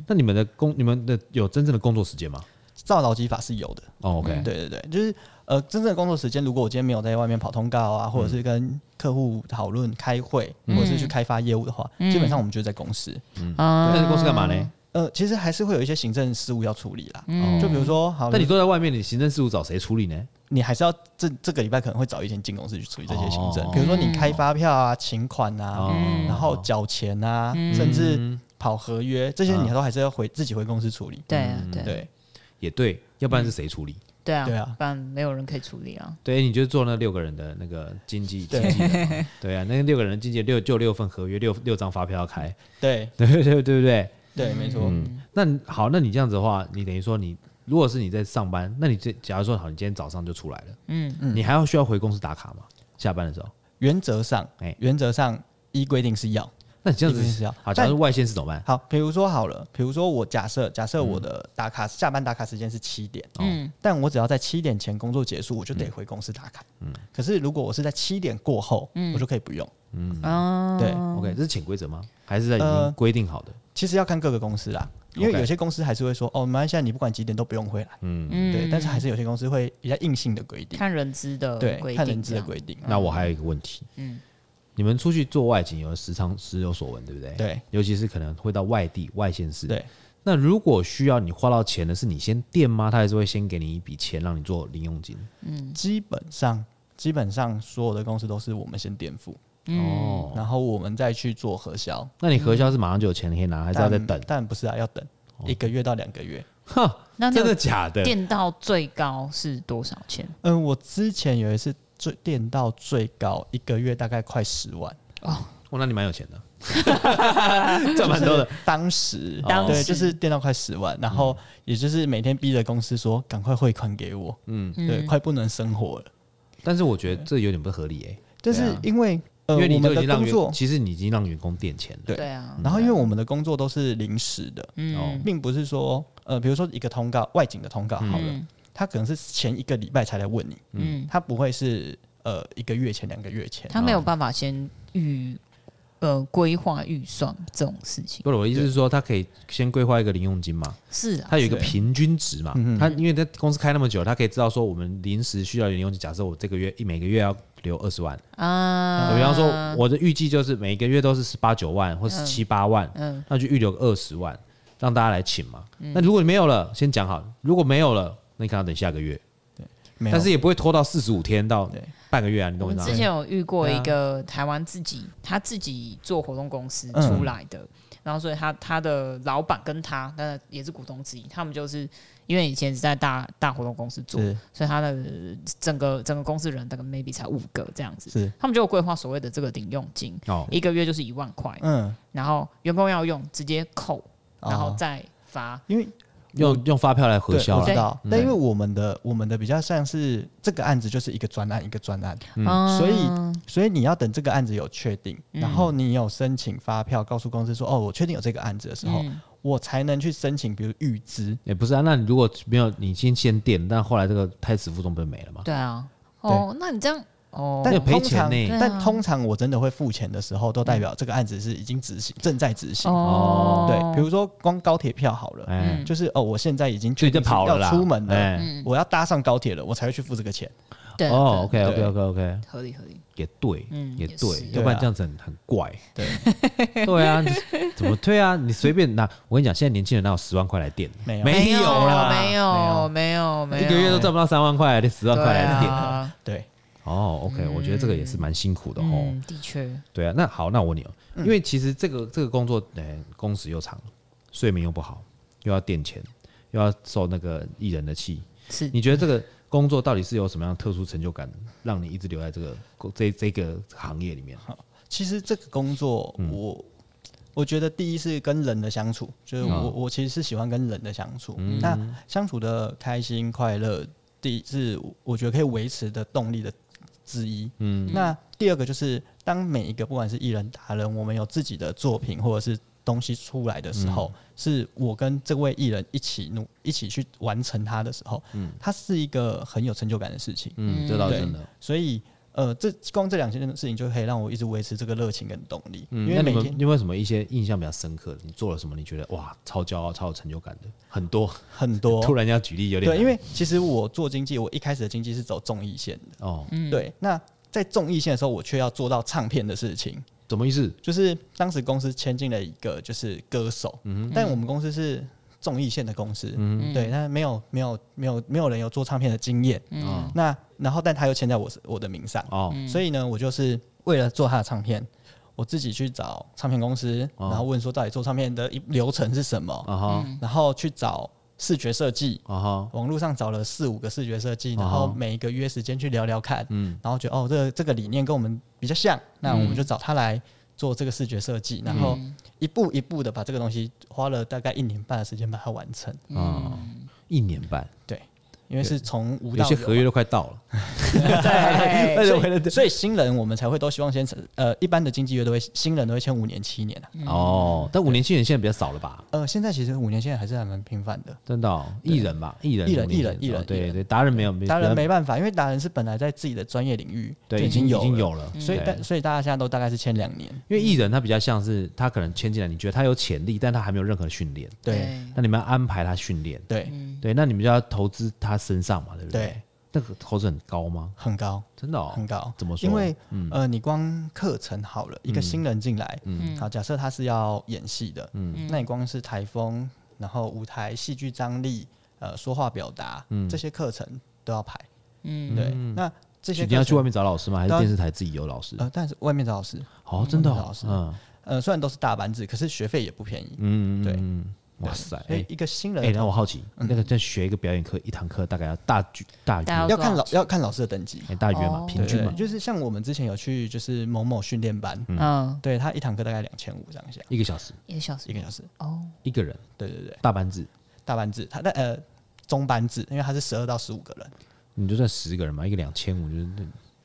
[SPEAKER 1] 那你们的工，你们的有真正的工作时间吗？
[SPEAKER 3] 照劳基法是有的，
[SPEAKER 1] 哦，OK，
[SPEAKER 3] 对对对，就是呃，真正的工作时间，如果我今天没有在外面跑通告啊，或者是跟客户讨论、开会，或者是去开发业务的话，基本上我们就在公司。
[SPEAKER 2] 啊
[SPEAKER 1] 那你公司干嘛呢？
[SPEAKER 3] 呃，其实还是会有一些行政事务要处理啦，
[SPEAKER 1] 嗯
[SPEAKER 3] 就比如说，好，
[SPEAKER 1] 那你坐在外面，你行政事务找谁处理呢？
[SPEAKER 3] 你还是要这这个礼拜可能会找一间进公司去处理这些行政，
[SPEAKER 1] 哦
[SPEAKER 3] 比如说你开发票啊、请款啊，
[SPEAKER 1] 嗯
[SPEAKER 3] 然后缴钱啊，甚至跑合约这些，你都还是要回自己回公司处理。
[SPEAKER 2] 对啊对
[SPEAKER 3] 对，
[SPEAKER 1] 也对，要不然是谁处理？
[SPEAKER 2] 对啊
[SPEAKER 3] 对啊
[SPEAKER 2] 不然没有人可以处理啊。
[SPEAKER 1] 对，你就做那六个人的那个经济经
[SPEAKER 3] 对
[SPEAKER 1] 纪人嘛，对啊，那六个人经纪人六就六份合约，六六张发票要开，
[SPEAKER 3] 对
[SPEAKER 1] 对对对对不对？
[SPEAKER 3] 对，没错。
[SPEAKER 1] 嗯，那你好，那你这样子的话，你等于说你如果是你在上班，那你这假如说好，你今天早上就出来了，嗯，你还要需要回公司打卡吗？下班的时候，
[SPEAKER 3] 原则上
[SPEAKER 1] 哎，
[SPEAKER 3] 原则上依规定是要。
[SPEAKER 1] 那你这样
[SPEAKER 3] 一定是
[SPEAKER 1] 子
[SPEAKER 3] 要
[SPEAKER 1] 好，假
[SPEAKER 3] 但
[SPEAKER 1] 如是外线是怎么办？
[SPEAKER 3] 好，比如说好了，比如说我假设假设我的打卡、下班打卡时间是七点，嗯，但我只要在七点前工作结束，我就得回公司打卡，嗯。可是如果我是在七点过后，我就可以不用。
[SPEAKER 2] 啊，
[SPEAKER 3] 对，
[SPEAKER 1] OK，这是潜规则吗？还是在已
[SPEAKER 3] 嗯呃
[SPEAKER 1] 经规定好的？
[SPEAKER 3] 其实要看各个公司啦，因为
[SPEAKER 1] OK
[SPEAKER 3] 有些公司还是会说，哦，没关系啊，你不管几点都不用回来，
[SPEAKER 1] 嗯，
[SPEAKER 2] 嗯
[SPEAKER 3] 对。但是还是有些公司会比较硬性的规定，
[SPEAKER 2] 看人资的
[SPEAKER 3] 对
[SPEAKER 2] 呃规，定
[SPEAKER 3] 看人资
[SPEAKER 2] 这
[SPEAKER 3] 的
[SPEAKER 2] 样
[SPEAKER 3] 规定，
[SPEAKER 1] 那我还有一个问题，嗯，你们出去做外景，有时常时有所闻，对不对？
[SPEAKER 3] 对
[SPEAKER 1] 尤其是可能会到外地外县市。
[SPEAKER 3] 对。
[SPEAKER 1] 那如果需要你花到钱的是你先垫吗？他还是会先给你一笔钱让你做零用金？
[SPEAKER 2] 嗯
[SPEAKER 3] 基本上基本上所有的公司都是我们先垫付，
[SPEAKER 1] 哦，
[SPEAKER 3] 然后我们再去做核销，
[SPEAKER 1] 那你核销是马上就有钱可以拿，还是要再
[SPEAKER 3] 但
[SPEAKER 1] 等？ 哦
[SPEAKER 3] 但不是啊，要等一个月到两个月。
[SPEAKER 1] 哈，
[SPEAKER 2] 那你
[SPEAKER 1] 真
[SPEAKER 2] 有
[SPEAKER 1] 的假的？
[SPEAKER 2] 垫到最高是多少钱？
[SPEAKER 3] 嗯，我之前有一次最垫到最高，一个月大概快十万，
[SPEAKER 1] 哦，那你蛮有钱的，赚蛮多的。
[SPEAKER 3] 当时
[SPEAKER 2] 当
[SPEAKER 3] 对，
[SPEAKER 2] 时
[SPEAKER 3] 就是垫到快十万，然后
[SPEAKER 1] 嗯
[SPEAKER 3] 也就是每天逼着公司说赶快汇款给我，嗯，对，快不能生活了。
[SPEAKER 1] 但是我觉得这有点不合理耶，
[SPEAKER 3] 但
[SPEAKER 2] 啊
[SPEAKER 3] 是因为呃，
[SPEAKER 1] 因为你
[SPEAKER 3] 我
[SPEAKER 1] 都
[SPEAKER 3] 们
[SPEAKER 1] 已经
[SPEAKER 3] 的
[SPEAKER 1] 让
[SPEAKER 3] 工
[SPEAKER 1] 员，
[SPEAKER 3] 作，
[SPEAKER 1] 其实你已经让员工垫钱了。嗯
[SPEAKER 3] 对哦
[SPEAKER 2] 对啊，
[SPEAKER 3] 然后因为我们的工作都是临时的，
[SPEAKER 2] 嗯
[SPEAKER 1] 哦，
[SPEAKER 3] 并不是说呃，比如说一个通告，外景的通告
[SPEAKER 1] 嗯
[SPEAKER 3] 好了，他可能是前一个礼拜才来问你，
[SPEAKER 2] 嗯，
[SPEAKER 3] 他不会是呃一个月前、两个月前，
[SPEAKER 2] 他没有办法先预呃规划预算这种事情。
[SPEAKER 1] 不是我的意思是说，他可以先规划一个零用金嘛，
[SPEAKER 2] 是啊，
[SPEAKER 1] 它有一个
[SPEAKER 3] 对
[SPEAKER 1] 平均值嘛，
[SPEAKER 3] 嗯
[SPEAKER 1] 它因为在公司开那么久，它可以知道说我们临时需要的零用金。假设我这个月一每个月要留二十万，
[SPEAKER 2] 啊，
[SPEAKER 1] 比方说我的预计就是每个月都是十八九万或十七八万，
[SPEAKER 2] 嗯
[SPEAKER 1] 那就预留个二十万让大家来请嘛。
[SPEAKER 3] 嗯
[SPEAKER 1] 那如果你没有了，先讲好，如果没有了，那你可能要等下个月，
[SPEAKER 3] 没有
[SPEAKER 1] 但是也不会拖到四十五天到
[SPEAKER 3] 对
[SPEAKER 1] 半个月啊，你
[SPEAKER 2] 我
[SPEAKER 1] 懂我
[SPEAKER 2] 们
[SPEAKER 1] 意
[SPEAKER 2] 之
[SPEAKER 1] 思吗？
[SPEAKER 2] 前有遇过
[SPEAKER 1] 对啊
[SPEAKER 2] 一个台湾自己他自己做活动公司
[SPEAKER 3] 嗯
[SPEAKER 2] 出来的，然后所以他他的老板跟他，那也是股东之一，他们就是因为以前是在大大活动公司做，
[SPEAKER 3] 是
[SPEAKER 2] 所以他的整个整个公司人大概 maybe 才五个这样子，
[SPEAKER 3] 是
[SPEAKER 2] 他们就有规划所谓的这个零用金，
[SPEAKER 1] 哦，
[SPEAKER 2] 一个月就是一万块，
[SPEAKER 3] 嗯，
[SPEAKER 2] 然后员工要用直接扣，
[SPEAKER 3] 哦
[SPEAKER 2] 然后再发。
[SPEAKER 3] 因为
[SPEAKER 1] 用用发票来核
[SPEAKER 3] 对，
[SPEAKER 1] 销啊
[SPEAKER 3] 我知
[SPEAKER 1] 了，
[SPEAKER 3] 道。但因为我们的我们的比较像是这个案子就是一个专案一个专案，
[SPEAKER 2] 嗯
[SPEAKER 3] 所以所以你要等这个案子有确定，然后你有申请发票，告诉公司说哦，我确定有这个案子的时候，
[SPEAKER 2] 嗯
[SPEAKER 3] 我才能去申请，比如预支。
[SPEAKER 1] 也不是啊。那你如果没有，你先先垫，但后来这个胎死腹中不是没了吗？
[SPEAKER 2] 对啊，
[SPEAKER 3] 对
[SPEAKER 2] 哦，那你这样哦，
[SPEAKER 3] 但
[SPEAKER 1] 那赔
[SPEAKER 3] 通
[SPEAKER 1] 钱
[SPEAKER 3] 常，
[SPEAKER 1] 呢
[SPEAKER 2] 对啊
[SPEAKER 3] 但通常我真的会付钱的时候，都代表这个案子是已经执行，正在执行。
[SPEAKER 2] 哦，
[SPEAKER 3] 对，比如说光高铁票好了，
[SPEAKER 1] 哎，
[SPEAKER 2] 嗯
[SPEAKER 3] 就是哦，我现在已经
[SPEAKER 1] 所
[SPEAKER 3] 确
[SPEAKER 1] 以就
[SPEAKER 3] 定是
[SPEAKER 1] 跑了啦，
[SPEAKER 3] 要出门了，
[SPEAKER 1] 哎
[SPEAKER 3] 我要搭上高铁了，我才会去付这个钱。
[SPEAKER 1] 啊。
[SPEAKER 2] 对啊
[SPEAKER 1] 哦，OK
[SPEAKER 2] 对
[SPEAKER 3] 啊
[SPEAKER 1] OK OK OK，
[SPEAKER 2] 合理合理，
[SPEAKER 1] 也对，
[SPEAKER 2] 嗯
[SPEAKER 1] 也
[SPEAKER 2] 也
[SPEAKER 1] 对
[SPEAKER 2] 是，
[SPEAKER 1] 要不
[SPEAKER 3] 对
[SPEAKER 1] 然
[SPEAKER 3] 啊
[SPEAKER 1] 这样子很很怪。
[SPEAKER 3] 对，
[SPEAKER 1] 对啊，你怎么对啊？你随便拿，我跟你讲，现在年轻人哪有十万块来垫？
[SPEAKER 3] 没有
[SPEAKER 1] 没有啦，
[SPEAKER 2] 没有没有没
[SPEAKER 1] 一
[SPEAKER 2] 有，
[SPEAKER 1] 个月都赚不到三万块，得十万块
[SPEAKER 2] 对
[SPEAKER 1] 来垫。
[SPEAKER 2] 啊，
[SPEAKER 3] 对，
[SPEAKER 1] 哦，OK，我觉得这个也是蛮辛苦的哦。
[SPEAKER 2] 嗯，的确，
[SPEAKER 1] 对啊，那好，那我问你哦，
[SPEAKER 3] 嗯
[SPEAKER 1] 因为其实这个这个工作，呃、工时又长，睡眠又不好，又要垫钱，又要受那个艺人的气，
[SPEAKER 2] 是
[SPEAKER 1] 你觉得这个工作到底是有什么样的特殊成就感，让你一直留在这个工这这个行业里面？
[SPEAKER 3] 其实这个工作我、我觉得第一是跟人的相处，就是我、
[SPEAKER 1] 嗯
[SPEAKER 3] 我其实是喜欢跟人的相处，那相处的开心快乐，第一是我觉得可以维持的动力的之一。嗯，那第二个就是当每一个不管是艺人达人，我们有自己的作品或者是。东西出来的时候，是我跟这位艺人一起努、一起去完成它的时候，嗯，它是一个很有成就感的事情。
[SPEAKER 1] 嗯，这倒是
[SPEAKER 3] 对
[SPEAKER 1] 真的。
[SPEAKER 3] 所以呃，这光这两件事情就可以让我一直维持这个热情跟动力，
[SPEAKER 1] 嗯，
[SPEAKER 3] 因
[SPEAKER 1] 那
[SPEAKER 3] 为
[SPEAKER 1] 你
[SPEAKER 3] 每
[SPEAKER 1] 们
[SPEAKER 3] 天
[SPEAKER 1] 有没有什么一些印象比较深刻的？你做了什么？你觉得哇，超骄傲、超有成就感的，很多。
[SPEAKER 3] 很多。
[SPEAKER 1] 突然要举例有点
[SPEAKER 3] 对，
[SPEAKER 1] 难
[SPEAKER 3] 因为其实我做经济，我一开始的经济是走综艺线的。
[SPEAKER 1] 哦，
[SPEAKER 3] 对，那在综艺线的时候，我却要做到唱片的事情，
[SPEAKER 1] 什么意思？
[SPEAKER 3] 就是当时公司签进了一个就是歌手，
[SPEAKER 1] 嗯
[SPEAKER 3] 但我们公司是综艺线的公司，对，那没有没有没有没有人有做唱片的经验，
[SPEAKER 1] 哦
[SPEAKER 3] 那然后但他又签在我是我的名上，
[SPEAKER 1] 哦，
[SPEAKER 3] 所以呢，我就是为了做他的唱片，我自己去找唱片公司，
[SPEAKER 1] 哦
[SPEAKER 3] 然后问说到底做唱片的一流程是什么，
[SPEAKER 1] 啊哈，
[SPEAKER 3] 然后去找视觉设计，
[SPEAKER 1] 啊哈，
[SPEAKER 3] 网络上找了四五个视觉设计，
[SPEAKER 1] 哦
[SPEAKER 3] 然后每一个约时间去聊聊看，
[SPEAKER 1] 嗯
[SPEAKER 3] 然后觉得哦，这个这个理念跟我们比较像，那我们就找他来做这个视觉设计，然后
[SPEAKER 1] 嗯
[SPEAKER 3] 一步一步的把这个东西花了大概一年半的时间把它完成，
[SPEAKER 1] 啊，一年半，
[SPEAKER 3] 对，因为是从无
[SPEAKER 1] 有
[SPEAKER 3] 到
[SPEAKER 1] 些合
[SPEAKER 3] 有
[SPEAKER 1] 约都快到了。
[SPEAKER 2] 对，
[SPEAKER 1] 对
[SPEAKER 3] 哎所以所以新人我们才会都希望先呃，一般的经纪约都会新人都会签五年七年啊。
[SPEAKER 1] 哦，但五年七人现在比较少了吧？
[SPEAKER 3] 呃，现在其实五年现在还是还蛮频繁的。
[SPEAKER 1] 真的哦，艺人吧，艺人，
[SPEAKER 3] 艺人
[SPEAKER 1] 五年前
[SPEAKER 3] 艺人艺人
[SPEAKER 1] 哦对
[SPEAKER 3] 艺
[SPEAKER 1] 对，达人没有，
[SPEAKER 3] 达人
[SPEAKER 1] 比
[SPEAKER 3] 没办法，因为达人是本来在自己的专业领域
[SPEAKER 1] 较，对，
[SPEAKER 3] 就
[SPEAKER 1] 已经
[SPEAKER 3] 有
[SPEAKER 1] 已经
[SPEAKER 3] 了，嗯
[SPEAKER 1] 有嗯了，
[SPEAKER 3] 所以
[SPEAKER 1] 对
[SPEAKER 3] 但所以大家现在都大概是签两年。
[SPEAKER 1] 因为艺人他比较像是他可能签进来，你觉得他有潜力，但他还没有任何训练，
[SPEAKER 3] 对
[SPEAKER 1] 那你们要安排他训练，
[SPEAKER 3] 对
[SPEAKER 1] 对，那你们就要投资他身上嘛，对不对
[SPEAKER 3] 对？
[SPEAKER 1] 那个投资很高吗？
[SPEAKER 3] 很高
[SPEAKER 1] 真的哦，
[SPEAKER 3] 很高。
[SPEAKER 1] 怎么说？嗯
[SPEAKER 3] 因为呃，你光课程好了，一个新人进来，
[SPEAKER 1] 嗯
[SPEAKER 3] 好，假设他是要演戏的，那你光是台风，然后舞台戏剧张力，呃，说话表达
[SPEAKER 1] 嗯
[SPEAKER 3] 这些课程都要排。嗯，对，那这些
[SPEAKER 1] 你要
[SPEAKER 3] 课
[SPEAKER 1] 去
[SPEAKER 3] 程
[SPEAKER 1] 外面找老师吗？还是
[SPEAKER 3] 当然
[SPEAKER 1] 电视台自己有老师？
[SPEAKER 3] 呃，但是外面找老师，
[SPEAKER 1] 哦，真的
[SPEAKER 3] 外
[SPEAKER 1] 哦
[SPEAKER 3] 面找老，师
[SPEAKER 1] 嗯
[SPEAKER 3] 呃，虽然都是大班制，可是学费也不便宜。
[SPEAKER 1] 嗯，
[SPEAKER 3] 对
[SPEAKER 1] 嗯，哇塞，
[SPEAKER 3] 所以嗯
[SPEAKER 1] 哎
[SPEAKER 3] 一个新
[SPEAKER 1] 哎，
[SPEAKER 3] 人
[SPEAKER 1] 那我好奇，那个在学一个表演课，一堂课大概要大举大
[SPEAKER 2] 大概
[SPEAKER 1] 约
[SPEAKER 3] 要看老要看老师的等级，
[SPEAKER 1] 哎大约嘛，
[SPEAKER 2] 哦
[SPEAKER 1] 平
[SPEAKER 3] 对
[SPEAKER 1] 均
[SPEAKER 3] 对
[SPEAKER 1] 嘛
[SPEAKER 3] 对，，就是像我们之前有去就是某某训练班，
[SPEAKER 2] 嗯，
[SPEAKER 3] 对他一堂课大概两千五上下，
[SPEAKER 1] 一个小时
[SPEAKER 2] 一个小时
[SPEAKER 3] 一个小时。
[SPEAKER 2] 哦，
[SPEAKER 1] 一个人
[SPEAKER 3] 对对对，
[SPEAKER 1] 大班制，
[SPEAKER 3] 大班制，他但呃中班制，因为他是十二到十五个人，
[SPEAKER 1] 你就算十个人嘛，一个两千五就是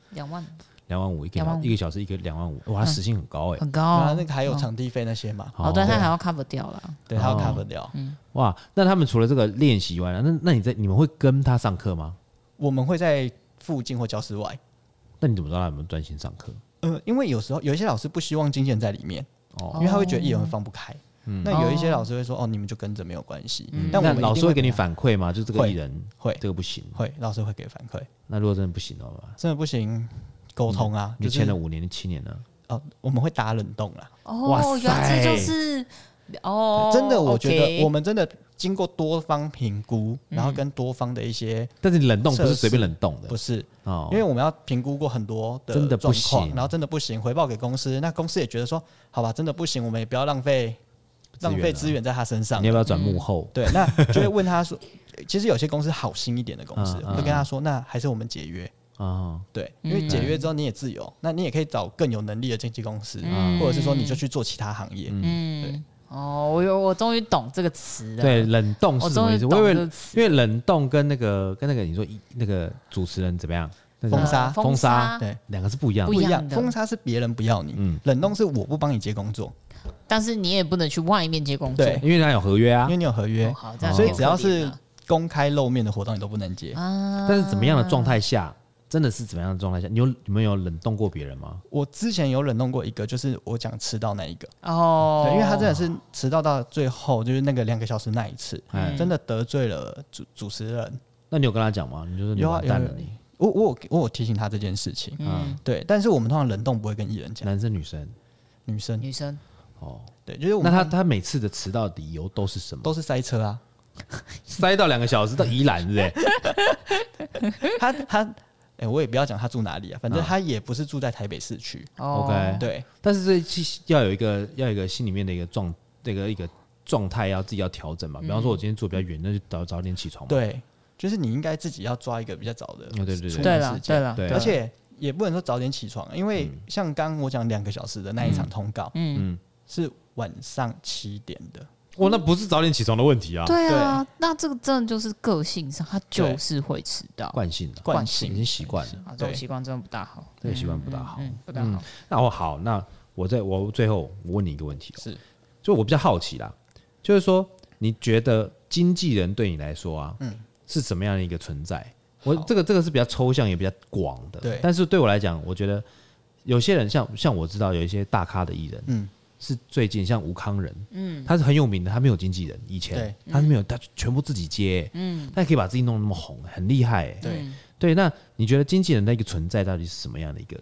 [SPEAKER 2] 两万
[SPEAKER 1] 两万五一个
[SPEAKER 2] 两万
[SPEAKER 1] 小
[SPEAKER 2] 五嗯
[SPEAKER 1] 一个小时一个两万五，哇，时薪很高哎、
[SPEAKER 2] 很高
[SPEAKER 3] 然后
[SPEAKER 2] 哦，
[SPEAKER 3] 那个还有场地费那些嘛，
[SPEAKER 2] 哦，对，他还要 cover 掉了，
[SPEAKER 3] 对，他要
[SPEAKER 1] 哦
[SPEAKER 3] cover 掉。
[SPEAKER 1] 哇！那他们除了这个练习以外，那那你在你们会跟他上课吗？
[SPEAKER 3] 我们会在附近或教室外，
[SPEAKER 1] 那你怎么知道他有没有专心上课？
[SPEAKER 3] 呃，因为有时候有一些老师不希望经纪人在里面，
[SPEAKER 1] 哦
[SPEAKER 3] 因为他会觉得艺人会放不开。那有一些老师会说，哦，你们就跟着没有关系。
[SPEAKER 1] 嗯那
[SPEAKER 3] 但我们一定
[SPEAKER 1] 老师会给
[SPEAKER 3] 给
[SPEAKER 1] 你
[SPEAKER 3] 他
[SPEAKER 1] 反馈吗？就这个
[SPEAKER 3] 会
[SPEAKER 1] 艺人
[SPEAKER 3] 会
[SPEAKER 1] 这个不行，
[SPEAKER 3] 会，老师会给反馈，
[SPEAKER 1] 那如果真的不行的话，
[SPEAKER 3] 真的不行，沟通啊，
[SPEAKER 1] 嗯你
[SPEAKER 3] 就
[SPEAKER 1] 签
[SPEAKER 3] 是
[SPEAKER 1] 了五年、七年了，
[SPEAKER 3] 哦，我们会打冷冻啦。
[SPEAKER 1] 哇
[SPEAKER 2] 哦
[SPEAKER 1] 塞，
[SPEAKER 2] 原来这就是哦，
[SPEAKER 3] 真的，我觉得
[SPEAKER 2] OK
[SPEAKER 3] 我们真的经过多方评估，
[SPEAKER 1] 嗯
[SPEAKER 3] 然后跟多方的一些
[SPEAKER 1] 但是你冷冻不
[SPEAKER 3] 设
[SPEAKER 1] 是
[SPEAKER 3] 施
[SPEAKER 1] 随便冷冻的
[SPEAKER 3] 不是，
[SPEAKER 1] 哦
[SPEAKER 3] 因为我们要评估过很多
[SPEAKER 1] 真的
[SPEAKER 3] 的
[SPEAKER 1] 不
[SPEAKER 3] 状
[SPEAKER 1] 行
[SPEAKER 3] 况，然后真的不行，回报给公司，那公司也觉得说，好吧，真的不行，我们也不要浪费
[SPEAKER 1] 资源啊
[SPEAKER 3] 浪费资源在他身上
[SPEAKER 1] 你。要不要转幕后？
[SPEAKER 3] 对，那就会问他说， 其实有些公司好心一点的公司
[SPEAKER 1] 嗯嗯
[SPEAKER 3] 会跟他说，那还是我们解约。
[SPEAKER 1] 啊，
[SPEAKER 3] 对，
[SPEAKER 2] 嗯
[SPEAKER 3] 因为解约之后你也自由，那你也可以找更有能力的经纪公司，
[SPEAKER 1] 嗯
[SPEAKER 3] 或者是说你就去做其他行业。
[SPEAKER 2] 嗯，哦，我有，我终于懂这个词了，
[SPEAKER 1] 对，，冷冻是
[SPEAKER 2] 我
[SPEAKER 1] 什么
[SPEAKER 2] 终
[SPEAKER 1] 意
[SPEAKER 2] 于
[SPEAKER 1] 思？
[SPEAKER 2] 懂
[SPEAKER 1] 我以为
[SPEAKER 2] 这个
[SPEAKER 1] 因
[SPEAKER 2] 词，
[SPEAKER 1] 为冷冻跟那个跟那个你说一那个主持人怎么样？那个
[SPEAKER 3] 封杀
[SPEAKER 2] 呃
[SPEAKER 1] 封杀
[SPEAKER 3] 对，
[SPEAKER 1] 两个是不一样
[SPEAKER 2] 不
[SPEAKER 1] 的
[SPEAKER 2] 一
[SPEAKER 3] 不一样
[SPEAKER 2] 样，的
[SPEAKER 3] 封杀是别人不要你，
[SPEAKER 1] 嗯
[SPEAKER 3] 冷冻是我不帮你接工作，
[SPEAKER 2] 但是你也不能去外面接工作，
[SPEAKER 3] 对
[SPEAKER 1] 因为他有合约啊
[SPEAKER 3] 因为。你有合约，
[SPEAKER 2] 哦好，这
[SPEAKER 1] 哦
[SPEAKER 2] 样
[SPEAKER 3] 所以
[SPEAKER 2] 有
[SPEAKER 3] 只要
[SPEAKER 2] 可能
[SPEAKER 3] 是
[SPEAKER 2] 啊
[SPEAKER 3] 公开露面的活动你都不能接。
[SPEAKER 2] 啊，
[SPEAKER 1] 但是怎么样的状态下，真的是怎么样的状态下？你有你们有冷冻过别人吗？
[SPEAKER 3] 我之前有冷冻过一个，就是我讲迟到那一个，
[SPEAKER 2] 哦，
[SPEAKER 3] 对，因为他真的是迟到到最后，就是那个两个小时那一次，
[SPEAKER 1] 哎
[SPEAKER 3] 真的得罪了主主持人。
[SPEAKER 1] 那你有跟他讲吗？你就说你
[SPEAKER 3] 有啊
[SPEAKER 1] 完蛋
[SPEAKER 3] 有
[SPEAKER 1] 了
[SPEAKER 3] 啊
[SPEAKER 1] 你，
[SPEAKER 3] 我我有我有提醒他这件事情，
[SPEAKER 2] 嗯，
[SPEAKER 3] 对，但是我们通常冷冻不会跟艺人讲，
[SPEAKER 1] 男生女生
[SPEAKER 3] 女生
[SPEAKER 2] 女生
[SPEAKER 1] 哦，
[SPEAKER 3] 对，就是我
[SPEAKER 1] 那
[SPEAKER 3] 们
[SPEAKER 1] 他他每次的迟到理由都是什么？
[SPEAKER 3] 都是塞车啊，
[SPEAKER 1] 塞到两个小时到宜兰，是不是？
[SPEAKER 3] 他他哎、我也不要讲他住哪里啊，反正他也不是住在台北市区，
[SPEAKER 2] 哦
[SPEAKER 1] OK
[SPEAKER 3] 对，
[SPEAKER 1] 但是这一期要有一个要有一个心里面的一个状，这个一个状态要自己要调整嘛。
[SPEAKER 2] 嗯
[SPEAKER 1] 比方说，我今天住比较远，那就早早点起床嘛。
[SPEAKER 3] 对，就是你应该自己要抓一个比较早的
[SPEAKER 1] 嗯对对对
[SPEAKER 3] 出门
[SPEAKER 2] 对
[SPEAKER 3] 时
[SPEAKER 2] 了
[SPEAKER 3] 间
[SPEAKER 2] 对了，
[SPEAKER 1] 对
[SPEAKER 2] 对
[SPEAKER 3] 而且也不能说早点起床，因为像刚我讲两个小时的那一场通告，
[SPEAKER 2] 嗯
[SPEAKER 3] 嗯，是晚上七点的，
[SPEAKER 1] 哇，哦那不是早点起床的问题啊，
[SPEAKER 2] 对啊，那这个真的就是个性上，他就是会迟到
[SPEAKER 1] 惯性的，
[SPEAKER 3] 惯
[SPEAKER 1] 已
[SPEAKER 3] 性
[SPEAKER 1] 经习惯了。
[SPEAKER 2] 啊，这种
[SPEAKER 3] 对
[SPEAKER 2] 习惯真的不大好，
[SPEAKER 1] 这个习惯不大好
[SPEAKER 2] 嗯，嗯不大好。
[SPEAKER 1] 那我好，那我在我最后我问你一个问题、哦，
[SPEAKER 3] 是
[SPEAKER 1] 就我比较好奇啦，就是说你觉得经纪人对你来说啊，是什么样的一个存在？我
[SPEAKER 3] 嗯好
[SPEAKER 1] 这个这个是比较抽象也比较广的，
[SPEAKER 3] 对
[SPEAKER 1] 但是对我来讲，我觉得有些人像像我知道有一些大咖的艺人，
[SPEAKER 3] 嗯
[SPEAKER 1] 是最近像吴康仁，
[SPEAKER 2] 嗯
[SPEAKER 1] 他是很有名的，他没有经纪人，以前
[SPEAKER 3] 对
[SPEAKER 1] 他是没有，他全部自己接，
[SPEAKER 2] 嗯，
[SPEAKER 1] 他可以把自己弄得那么红，很厉害、欸。
[SPEAKER 3] 对
[SPEAKER 2] 嗯
[SPEAKER 1] 对，那你觉得经纪人的一个存在到底是什么样的一个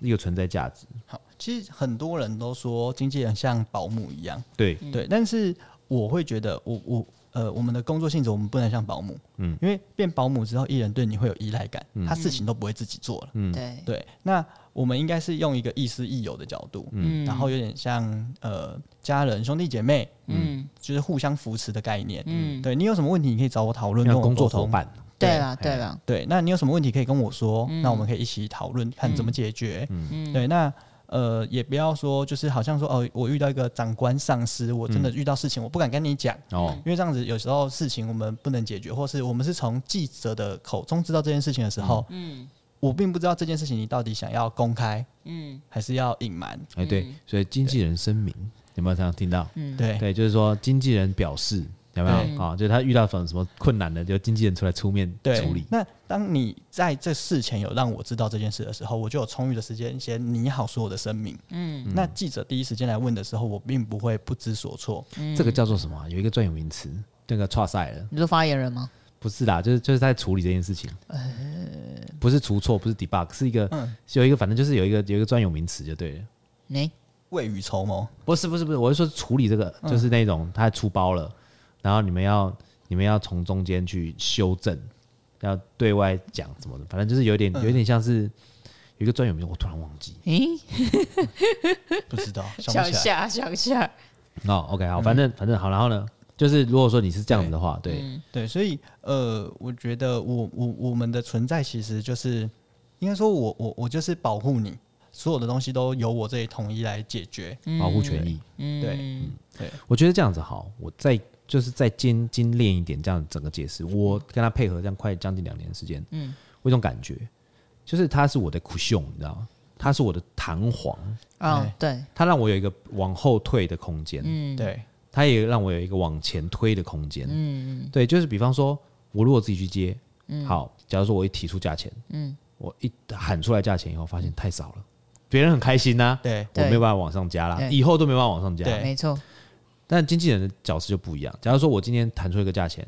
[SPEAKER 1] 一个存在价值？
[SPEAKER 3] 好。其实很多人都说经纪人像保姆一样，
[SPEAKER 1] 对，
[SPEAKER 3] 对，但是我会觉得我我。呃，我们的工作性质，我们不能像保姆，嗯，因为变保姆之后，艺人对你会有依赖感，
[SPEAKER 2] 嗯
[SPEAKER 3] 他事情都不会自己做了，
[SPEAKER 1] 嗯
[SPEAKER 2] 对，
[SPEAKER 3] 对。那我们应该是用一个亦师亦友的角度，
[SPEAKER 2] 嗯
[SPEAKER 3] 然后有点像呃家人、兄弟姐妹，
[SPEAKER 2] 嗯
[SPEAKER 3] 就是互相扶持的概念。
[SPEAKER 2] 嗯，
[SPEAKER 3] 对你有什么问题，你可以找我讨论，跟
[SPEAKER 1] 像
[SPEAKER 3] 我
[SPEAKER 1] 工作
[SPEAKER 3] 嗯沟
[SPEAKER 1] 伙
[SPEAKER 3] 通。
[SPEAKER 1] 伴，
[SPEAKER 2] 对了对啊了，
[SPEAKER 3] 对，那你有什么问题可以跟我说，
[SPEAKER 2] 嗯
[SPEAKER 3] 那我们可以一起讨论，看怎么解决。
[SPEAKER 1] 嗯
[SPEAKER 3] 对，那呃，也不要说就是好像说哦，我遇到一个长官、上司，我真的
[SPEAKER 1] 嗯
[SPEAKER 3] 遇到事情，我不敢跟你讲。
[SPEAKER 1] 哦，
[SPEAKER 3] 因为这样子，有时候事情我们不能解决，或是我们是从记者的口中知道这件事情的时候，
[SPEAKER 2] 嗯
[SPEAKER 3] 我并不知道这件事情你到底想要公开
[SPEAKER 2] 嗯
[SPEAKER 3] 还是要隐瞒。
[SPEAKER 1] 哎，对
[SPEAKER 2] 嗯，
[SPEAKER 1] 所以经纪人声明有没有常常听到？
[SPEAKER 2] 嗯，
[SPEAKER 3] 对，
[SPEAKER 1] 对，就是说经纪人表示有没
[SPEAKER 2] 对
[SPEAKER 1] 有啊？就是他遇到什么什么困难的，就经纪人出来出面
[SPEAKER 3] 对
[SPEAKER 1] 处理。
[SPEAKER 3] 那当你在这事前有让我知道这件事的时候，我就有充裕的时间先拟好所有的声明。
[SPEAKER 2] 嗯
[SPEAKER 3] 那记者第一时间来问的时候，我并不会不知所措。
[SPEAKER 2] 嗯
[SPEAKER 1] 这个叫做什么啊？有一个专有名词，那个跨赛了，
[SPEAKER 2] 你说发言人吗？
[SPEAKER 1] 不是啦，就是就是在处理这件事情，不是出错，不是 debug，是一个
[SPEAKER 3] 嗯，
[SPEAKER 1] 是有一个反正就是有一个有一个专有名词就对了。
[SPEAKER 2] 你
[SPEAKER 3] 未雨绸缪，
[SPEAKER 1] 不是不是不是，我是说处理这个，
[SPEAKER 3] 嗯
[SPEAKER 1] 就是那种他出包了，然后你们要你们要从中间去修正，要对外讲什么的，反正就是有点有点像是有一个专有名，我突然忘记。
[SPEAKER 2] 咦，
[SPEAKER 3] 不知道想
[SPEAKER 2] 想
[SPEAKER 3] 不
[SPEAKER 2] 一
[SPEAKER 3] 起来。
[SPEAKER 2] 下想一下，
[SPEAKER 1] 哦，OK，好，反正反正好，然后呢，就是如果说你是这样子的话，对，
[SPEAKER 2] 嗯
[SPEAKER 3] 对，所以呃，我觉得我我我们的存在其实就是，应该说我我我就是保护你，所有的东西都由我这里统一来解决。
[SPEAKER 1] 保护权益，
[SPEAKER 2] 嗯
[SPEAKER 3] 对
[SPEAKER 2] 嗯
[SPEAKER 1] 我觉得这样子好，我再就是再精精炼一点，这样整个解释，我跟他配合这样快将近两年的时间，嗯，我有一种感觉，就是他是我的 cushion，你知道吗？他是我的弹簧，
[SPEAKER 2] 哦对，
[SPEAKER 1] 他让我有一个往后退的空间，
[SPEAKER 2] 嗯
[SPEAKER 3] 对，
[SPEAKER 1] 它也让我有一个往前推的空间。
[SPEAKER 2] 嗯
[SPEAKER 1] 对，就是比方说，我如果自己去接，好，假如说我一提出价钱，
[SPEAKER 2] 嗯
[SPEAKER 1] 我一喊出来价钱以后，发现太少了，别人很开心呐、
[SPEAKER 3] 对，
[SPEAKER 1] 我
[SPEAKER 2] 对
[SPEAKER 1] 没有办法往上加啦，
[SPEAKER 2] 对
[SPEAKER 1] 以后都没办法往上
[SPEAKER 2] 嗯，
[SPEAKER 1] 加
[SPEAKER 3] 对。
[SPEAKER 2] 没错，
[SPEAKER 1] 但经纪人的角色就不一样。假如说我今天谈出一个价钱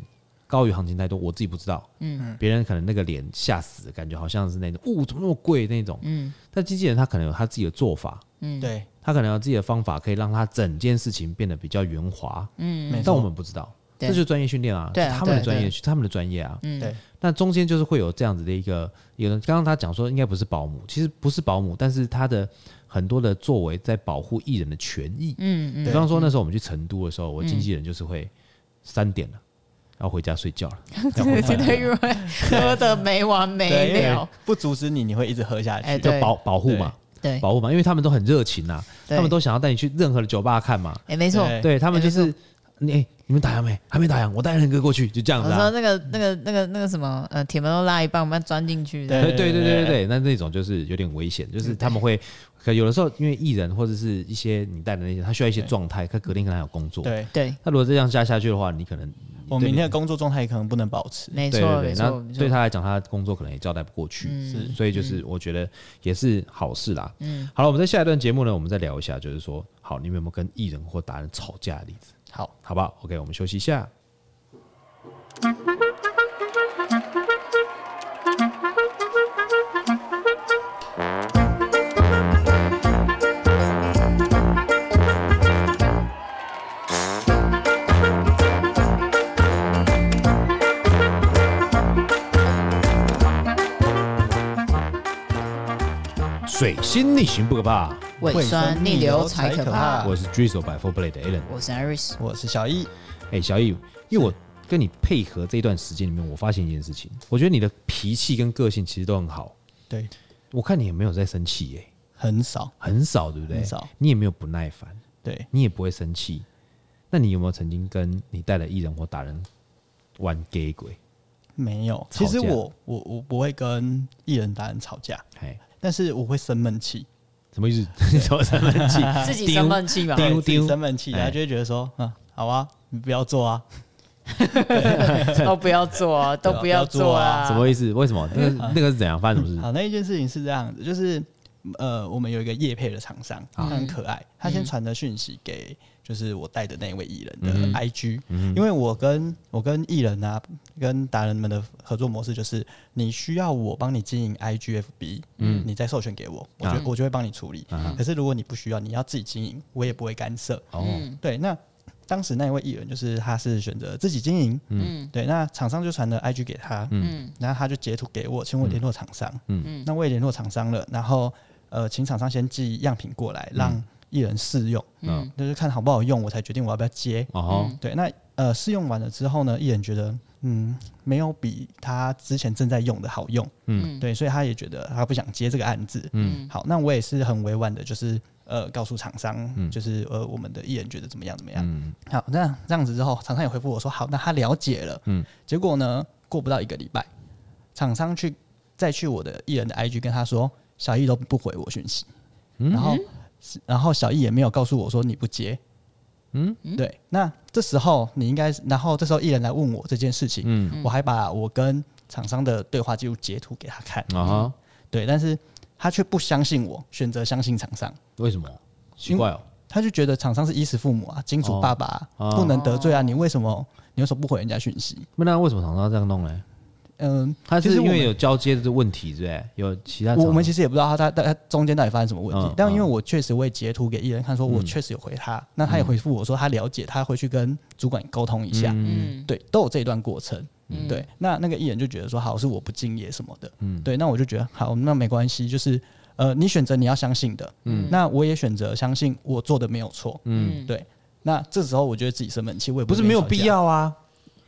[SPEAKER 1] 高于行情太多，我自己不知道，嗯，别人可能那个脸吓死，感觉好像是那种，哦，怎么那么贵那种，嗯。但经纪人他可能有他自己的做法，
[SPEAKER 2] 嗯
[SPEAKER 3] 对，
[SPEAKER 1] 他可能有自己的方法，可以让他整件事情变得比较圆滑，
[SPEAKER 3] 没
[SPEAKER 1] 但我
[SPEAKER 3] 错，
[SPEAKER 1] 们不知道，这
[SPEAKER 2] 对
[SPEAKER 1] 就是专业训练啊，
[SPEAKER 2] 对啊
[SPEAKER 1] 是他们的
[SPEAKER 2] 对
[SPEAKER 1] 专业，
[SPEAKER 2] 对
[SPEAKER 1] 是他们的专业啊。
[SPEAKER 2] 嗯
[SPEAKER 3] 对
[SPEAKER 1] 那中间就是会有这样子的一个，有人刚刚他讲说应该不是保姆，其实不是保姆，但是他的很多的作为在保护艺人的权益。
[SPEAKER 2] 嗯嗯
[SPEAKER 1] 比方说那时候我们去成都的时候，我经纪人就是会三点了，要回家睡觉了，要回饭
[SPEAKER 2] 真的
[SPEAKER 1] 店
[SPEAKER 2] 因为喝的没完
[SPEAKER 3] 对，因
[SPEAKER 2] 没
[SPEAKER 3] 为
[SPEAKER 2] 了，
[SPEAKER 3] 不阻止你，你会一直喝下
[SPEAKER 2] 哎
[SPEAKER 3] 去。
[SPEAKER 2] 对
[SPEAKER 1] 要保保护嘛，
[SPEAKER 2] 对，
[SPEAKER 1] 保护嘛，因为他们都很热情呐，
[SPEAKER 2] 对
[SPEAKER 1] 他们都想要带你去任何的酒吧看嘛，
[SPEAKER 2] 哎没错，
[SPEAKER 3] 对
[SPEAKER 1] 对他们就
[SPEAKER 2] 哎
[SPEAKER 1] 是你哎你们打烊没？还没打烊，我带人哥过去，就这样
[SPEAKER 2] 我
[SPEAKER 1] 子啊
[SPEAKER 2] 说。那个那个那个那个什么呃铁门都拉一半，我们要钻进去的，
[SPEAKER 1] 对对
[SPEAKER 3] 对
[SPEAKER 1] 对
[SPEAKER 3] 对
[SPEAKER 1] 对
[SPEAKER 3] 对
[SPEAKER 1] 对，那那种就是有点危险，就是他们会，可有的时候因为艺人或者是一些你带的那些，他需要一些状态，他隔天可能还有工作。，
[SPEAKER 3] 对，
[SPEAKER 2] 对，
[SPEAKER 1] 那如果这样加下去的话，你可能
[SPEAKER 3] 我明天的工作状态可能不能保持。
[SPEAKER 2] 没
[SPEAKER 1] 对
[SPEAKER 2] 错
[SPEAKER 1] 对对，
[SPEAKER 2] 没错没
[SPEAKER 1] 那对
[SPEAKER 2] 错，
[SPEAKER 1] 他来讲，他的工作可能也交代不过去，
[SPEAKER 2] 嗯
[SPEAKER 1] 所以就是我觉得也是好事啦。
[SPEAKER 2] 嗯
[SPEAKER 1] 好了，我们在下一段节目呢，我们再聊一下，就是说，好，你们有没有跟艺人或达人吵架的例子？
[SPEAKER 3] 好，
[SPEAKER 1] 好不好？OK，我们休息一下。
[SPEAKER 4] Thank
[SPEAKER 1] 水星逆行不可怕。
[SPEAKER 2] 胃酸逆流才可怕。
[SPEAKER 1] 我是 Drizzle by Four Play 的 Alan。
[SPEAKER 2] 我是 Iris，
[SPEAKER 3] 我是小易，
[SPEAKER 1] 哎、小易，因为我跟你配合这段时间里面，我发现一件事情，我觉得你的脾气跟个性其实都很好。
[SPEAKER 3] 对，
[SPEAKER 1] 我看你也没有在生气，耶，
[SPEAKER 3] 很少，
[SPEAKER 1] 很少，对不对？
[SPEAKER 3] 很少。
[SPEAKER 1] 你也没有不耐烦，
[SPEAKER 3] 对，
[SPEAKER 1] 你也不会生气。那你有没有曾经跟你带的艺人或达人玩 gay 鬼？
[SPEAKER 3] 没有。
[SPEAKER 1] 吵
[SPEAKER 3] 其
[SPEAKER 1] 架
[SPEAKER 3] 实我我我不会跟艺人达人吵架，
[SPEAKER 1] 哎，
[SPEAKER 3] 但是我会生闷气，
[SPEAKER 1] 什么意思？ 你说什么生气？
[SPEAKER 2] 自己生闷气吧。
[SPEAKER 1] 丢
[SPEAKER 3] 对自己
[SPEAKER 1] 丢
[SPEAKER 3] 生闷气，然
[SPEAKER 1] 哎
[SPEAKER 3] 后就会觉得说，嗯，好啊，你不要做啊，
[SPEAKER 2] 都不要做 啊，都不要做啊。嗯
[SPEAKER 1] 什么意思？为什么？ 那个那个是怎样？发生什么事？
[SPEAKER 3] 好，那一件事情是这样子，就是呃，我们有一个业配的厂商，他很可
[SPEAKER 1] 嗯
[SPEAKER 3] 爱，他先传的讯息给就是我带的那位艺人
[SPEAKER 1] 嗯
[SPEAKER 3] 的
[SPEAKER 1] 哼
[SPEAKER 3] IG，、
[SPEAKER 1] 嗯
[SPEAKER 3] 因为我跟我跟艺人啊，跟达人们的合作模式就是，你需要我帮你经营 IGFB，嗯，你再授权给我，我就、
[SPEAKER 1] 啊
[SPEAKER 3] 我就会帮你处理。
[SPEAKER 1] 啊
[SPEAKER 3] 可是如果你不需要，你要自己经营，我也不会干涉。
[SPEAKER 2] 嗯
[SPEAKER 1] 哦，
[SPEAKER 3] 对，那当时那一位艺人就是他是选择自己经营，
[SPEAKER 2] 嗯
[SPEAKER 3] 对，那厂商就传了 IG 给他，
[SPEAKER 2] 嗯
[SPEAKER 3] 然后他就截图给我，请我联络厂商。
[SPEAKER 1] 嗯
[SPEAKER 3] 嗯，那我也联络厂商了，然后呃，请厂商先寄样品过来，让艺人试用，
[SPEAKER 1] 嗯
[SPEAKER 2] 嗯
[SPEAKER 3] 就是看好不好用，我才决定我要不要接。
[SPEAKER 1] 哦，
[SPEAKER 3] 对，那呃，试用完了之后呢，艺人觉得嗯，没有比他之前正在用的好用，
[SPEAKER 2] 嗯
[SPEAKER 3] 对，所以他也觉得他不想接这个案子。
[SPEAKER 2] 嗯
[SPEAKER 3] 好，那我也是很委婉的，就是呃，告诉厂商，
[SPEAKER 1] 嗯
[SPEAKER 3] 就是呃，我们的艺人觉得怎么样怎么样。
[SPEAKER 1] 嗯
[SPEAKER 3] 好，那这样子之后，厂商也回复我说好，那他了解了。
[SPEAKER 1] 嗯
[SPEAKER 3] 嗯，结果呢，过不到一个礼拜，厂商去再去我的艺人的 IG 跟他说，小易都不回我讯息，
[SPEAKER 1] 嗯
[SPEAKER 3] 然后然后小易也没有告诉我说你不接。
[SPEAKER 1] 嗯
[SPEAKER 3] 嗯，对，那这时候你应该，然后这时候艺人来问我这件事情，
[SPEAKER 1] 嗯，
[SPEAKER 3] 我还把我跟厂商的对话记录截图给他看，
[SPEAKER 1] 啊哈，
[SPEAKER 3] 对，但是他却不相信我，选择相信厂商，
[SPEAKER 1] 为什么？奇怪哦，
[SPEAKER 3] 他就觉得厂商是衣食父母啊，金主爸爸啊、
[SPEAKER 1] 哦
[SPEAKER 3] 不能得罪啊，你为什么你为什么不回人家讯息？
[SPEAKER 1] 那为什么厂商要这样弄呢？
[SPEAKER 3] 嗯，
[SPEAKER 1] 他
[SPEAKER 3] 其
[SPEAKER 1] 是
[SPEAKER 3] 实
[SPEAKER 1] 因
[SPEAKER 3] 我
[SPEAKER 1] 为
[SPEAKER 3] 们
[SPEAKER 1] 有交接的问题，对不对？有其他
[SPEAKER 3] 我我们
[SPEAKER 1] 厂
[SPEAKER 3] 其实也不知道他他他中间到底发生什么问题，
[SPEAKER 1] 嗯
[SPEAKER 3] 但因为
[SPEAKER 1] 嗯
[SPEAKER 3] 我确实我也截图给艺人看，说我确实有回他，那他也回复我说他了解，他回去跟主管沟通一下，
[SPEAKER 2] 嗯
[SPEAKER 3] 对，都有这一段过程。
[SPEAKER 2] 嗯
[SPEAKER 3] 对，那那个艺人就觉得说好是我不敬业什么的，嗯，对，那我就觉得好，那没关系，就是呃，你选择你要相信的，嗯，那我也选择相信我做的没有错，
[SPEAKER 2] 嗯，
[SPEAKER 3] 对，那这时候我觉得自己生闷气，我也
[SPEAKER 1] 不是
[SPEAKER 3] 会
[SPEAKER 1] 没有
[SPEAKER 3] 跟你
[SPEAKER 1] 必
[SPEAKER 3] 吵架。
[SPEAKER 1] 要啊，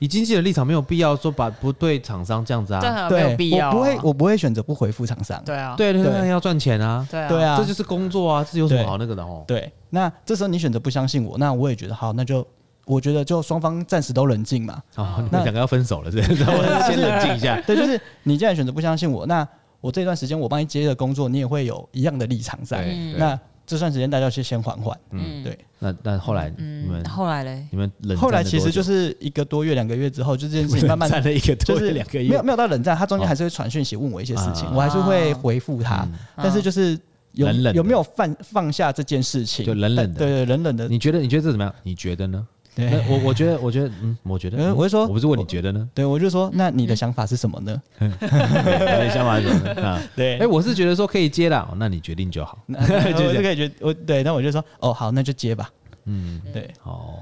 [SPEAKER 1] 以经济的立场没有必要说把不对厂商这样子
[SPEAKER 2] 这
[SPEAKER 1] 啊，
[SPEAKER 2] 很没
[SPEAKER 3] 对
[SPEAKER 2] 有必要啊。
[SPEAKER 3] 我不会，我不会选择不回复厂商。
[SPEAKER 2] 对啊，
[SPEAKER 1] 对对
[SPEAKER 3] 对
[SPEAKER 1] 对，要赚钱啊，
[SPEAKER 2] 对啊，
[SPEAKER 3] 对啊，
[SPEAKER 1] 这就是工作啊，这有什么
[SPEAKER 3] 对
[SPEAKER 1] 好那个的哦？
[SPEAKER 3] 对。那这时候你选择不相信我，那我也觉得好，那就我觉得就双方暂时都冷静嘛。
[SPEAKER 1] 啊，你
[SPEAKER 3] 那
[SPEAKER 1] 们两个要分手了，是不是？我们 先冷静一 下。
[SPEAKER 3] 对，就是你既然选择不相信我，那我这段时间我帮你接的工作，你也会有一样的立场在。
[SPEAKER 1] 对，对
[SPEAKER 3] 那这段时间大家先先缓缓。
[SPEAKER 2] 嗯
[SPEAKER 3] 对。
[SPEAKER 1] 那那后来你
[SPEAKER 2] 嗯
[SPEAKER 1] 们，
[SPEAKER 2] 后来嘞，
[SPEAKER 1] 你们冷战了多久，
[SPEAKER 3] 后来其实就是一个多月、两个月之后，就这件事情慢慢
[SPEAKER 1] 冷战了一个多
[SPEAKER 3] 就
[SPEAKER 1] 月
[SPEAKER 3] 是
[SPEAKER 1] 两个
[SPEAKER 3] 没
[SPEAKER 1] 月哦
[SPEAKER 3] 有，没有到冷战，他中间还是会传讯息问我一些事情，
[SPEAKER 1] 啊
[SPEAKER 3] 我还是会
[SPEAKER 2] 哦
[SPEAKER 3] 回复他，但是就是
[SPEAKER 1] 嗯
[SPEAKER 3] 有
[SPEAKER 1] 冷冷的
[SPEAKER 3] 有没有放放下这件事情，
[SPEAKER 1] 就冷冷的
[SPEAKER 3] 对对冷冷的，
[SPEAKER 1] 你觉得你觉得这怎么样？你觉得 呢？
[SPEAKER 3] 对
[SPEAKER 1] 那我我觉得我觉得嗯，我觉得
[SPEAKER 3] 呃
[SPEAKER 1] 嗯
[SPEAKER 3] 我是说
[SPEAKER 1] 我不是问你觉得 呢？
[SPEAKER 3] 对我就说那
[SPEAKER 1] 嗯
[SPEAKER 3] 你的想法是什么呢？
[SPEAKER 1] 对你想法是什么呢啊？
[SPEAKER 3] 对
[SPEAKER 1] 哎，我是觉得说可以接啦，哦那你决定就好。
[SPEAKER 3] 那 那
[SPEAKER 1] 就这样
[SPEAKER 3] 我就可以觉得我对，那我就说哦好，那就接吧，
[SPEAKER 1] 嗯，
[SPEAKER 3] 对，
[SPEAKER 1] 哦，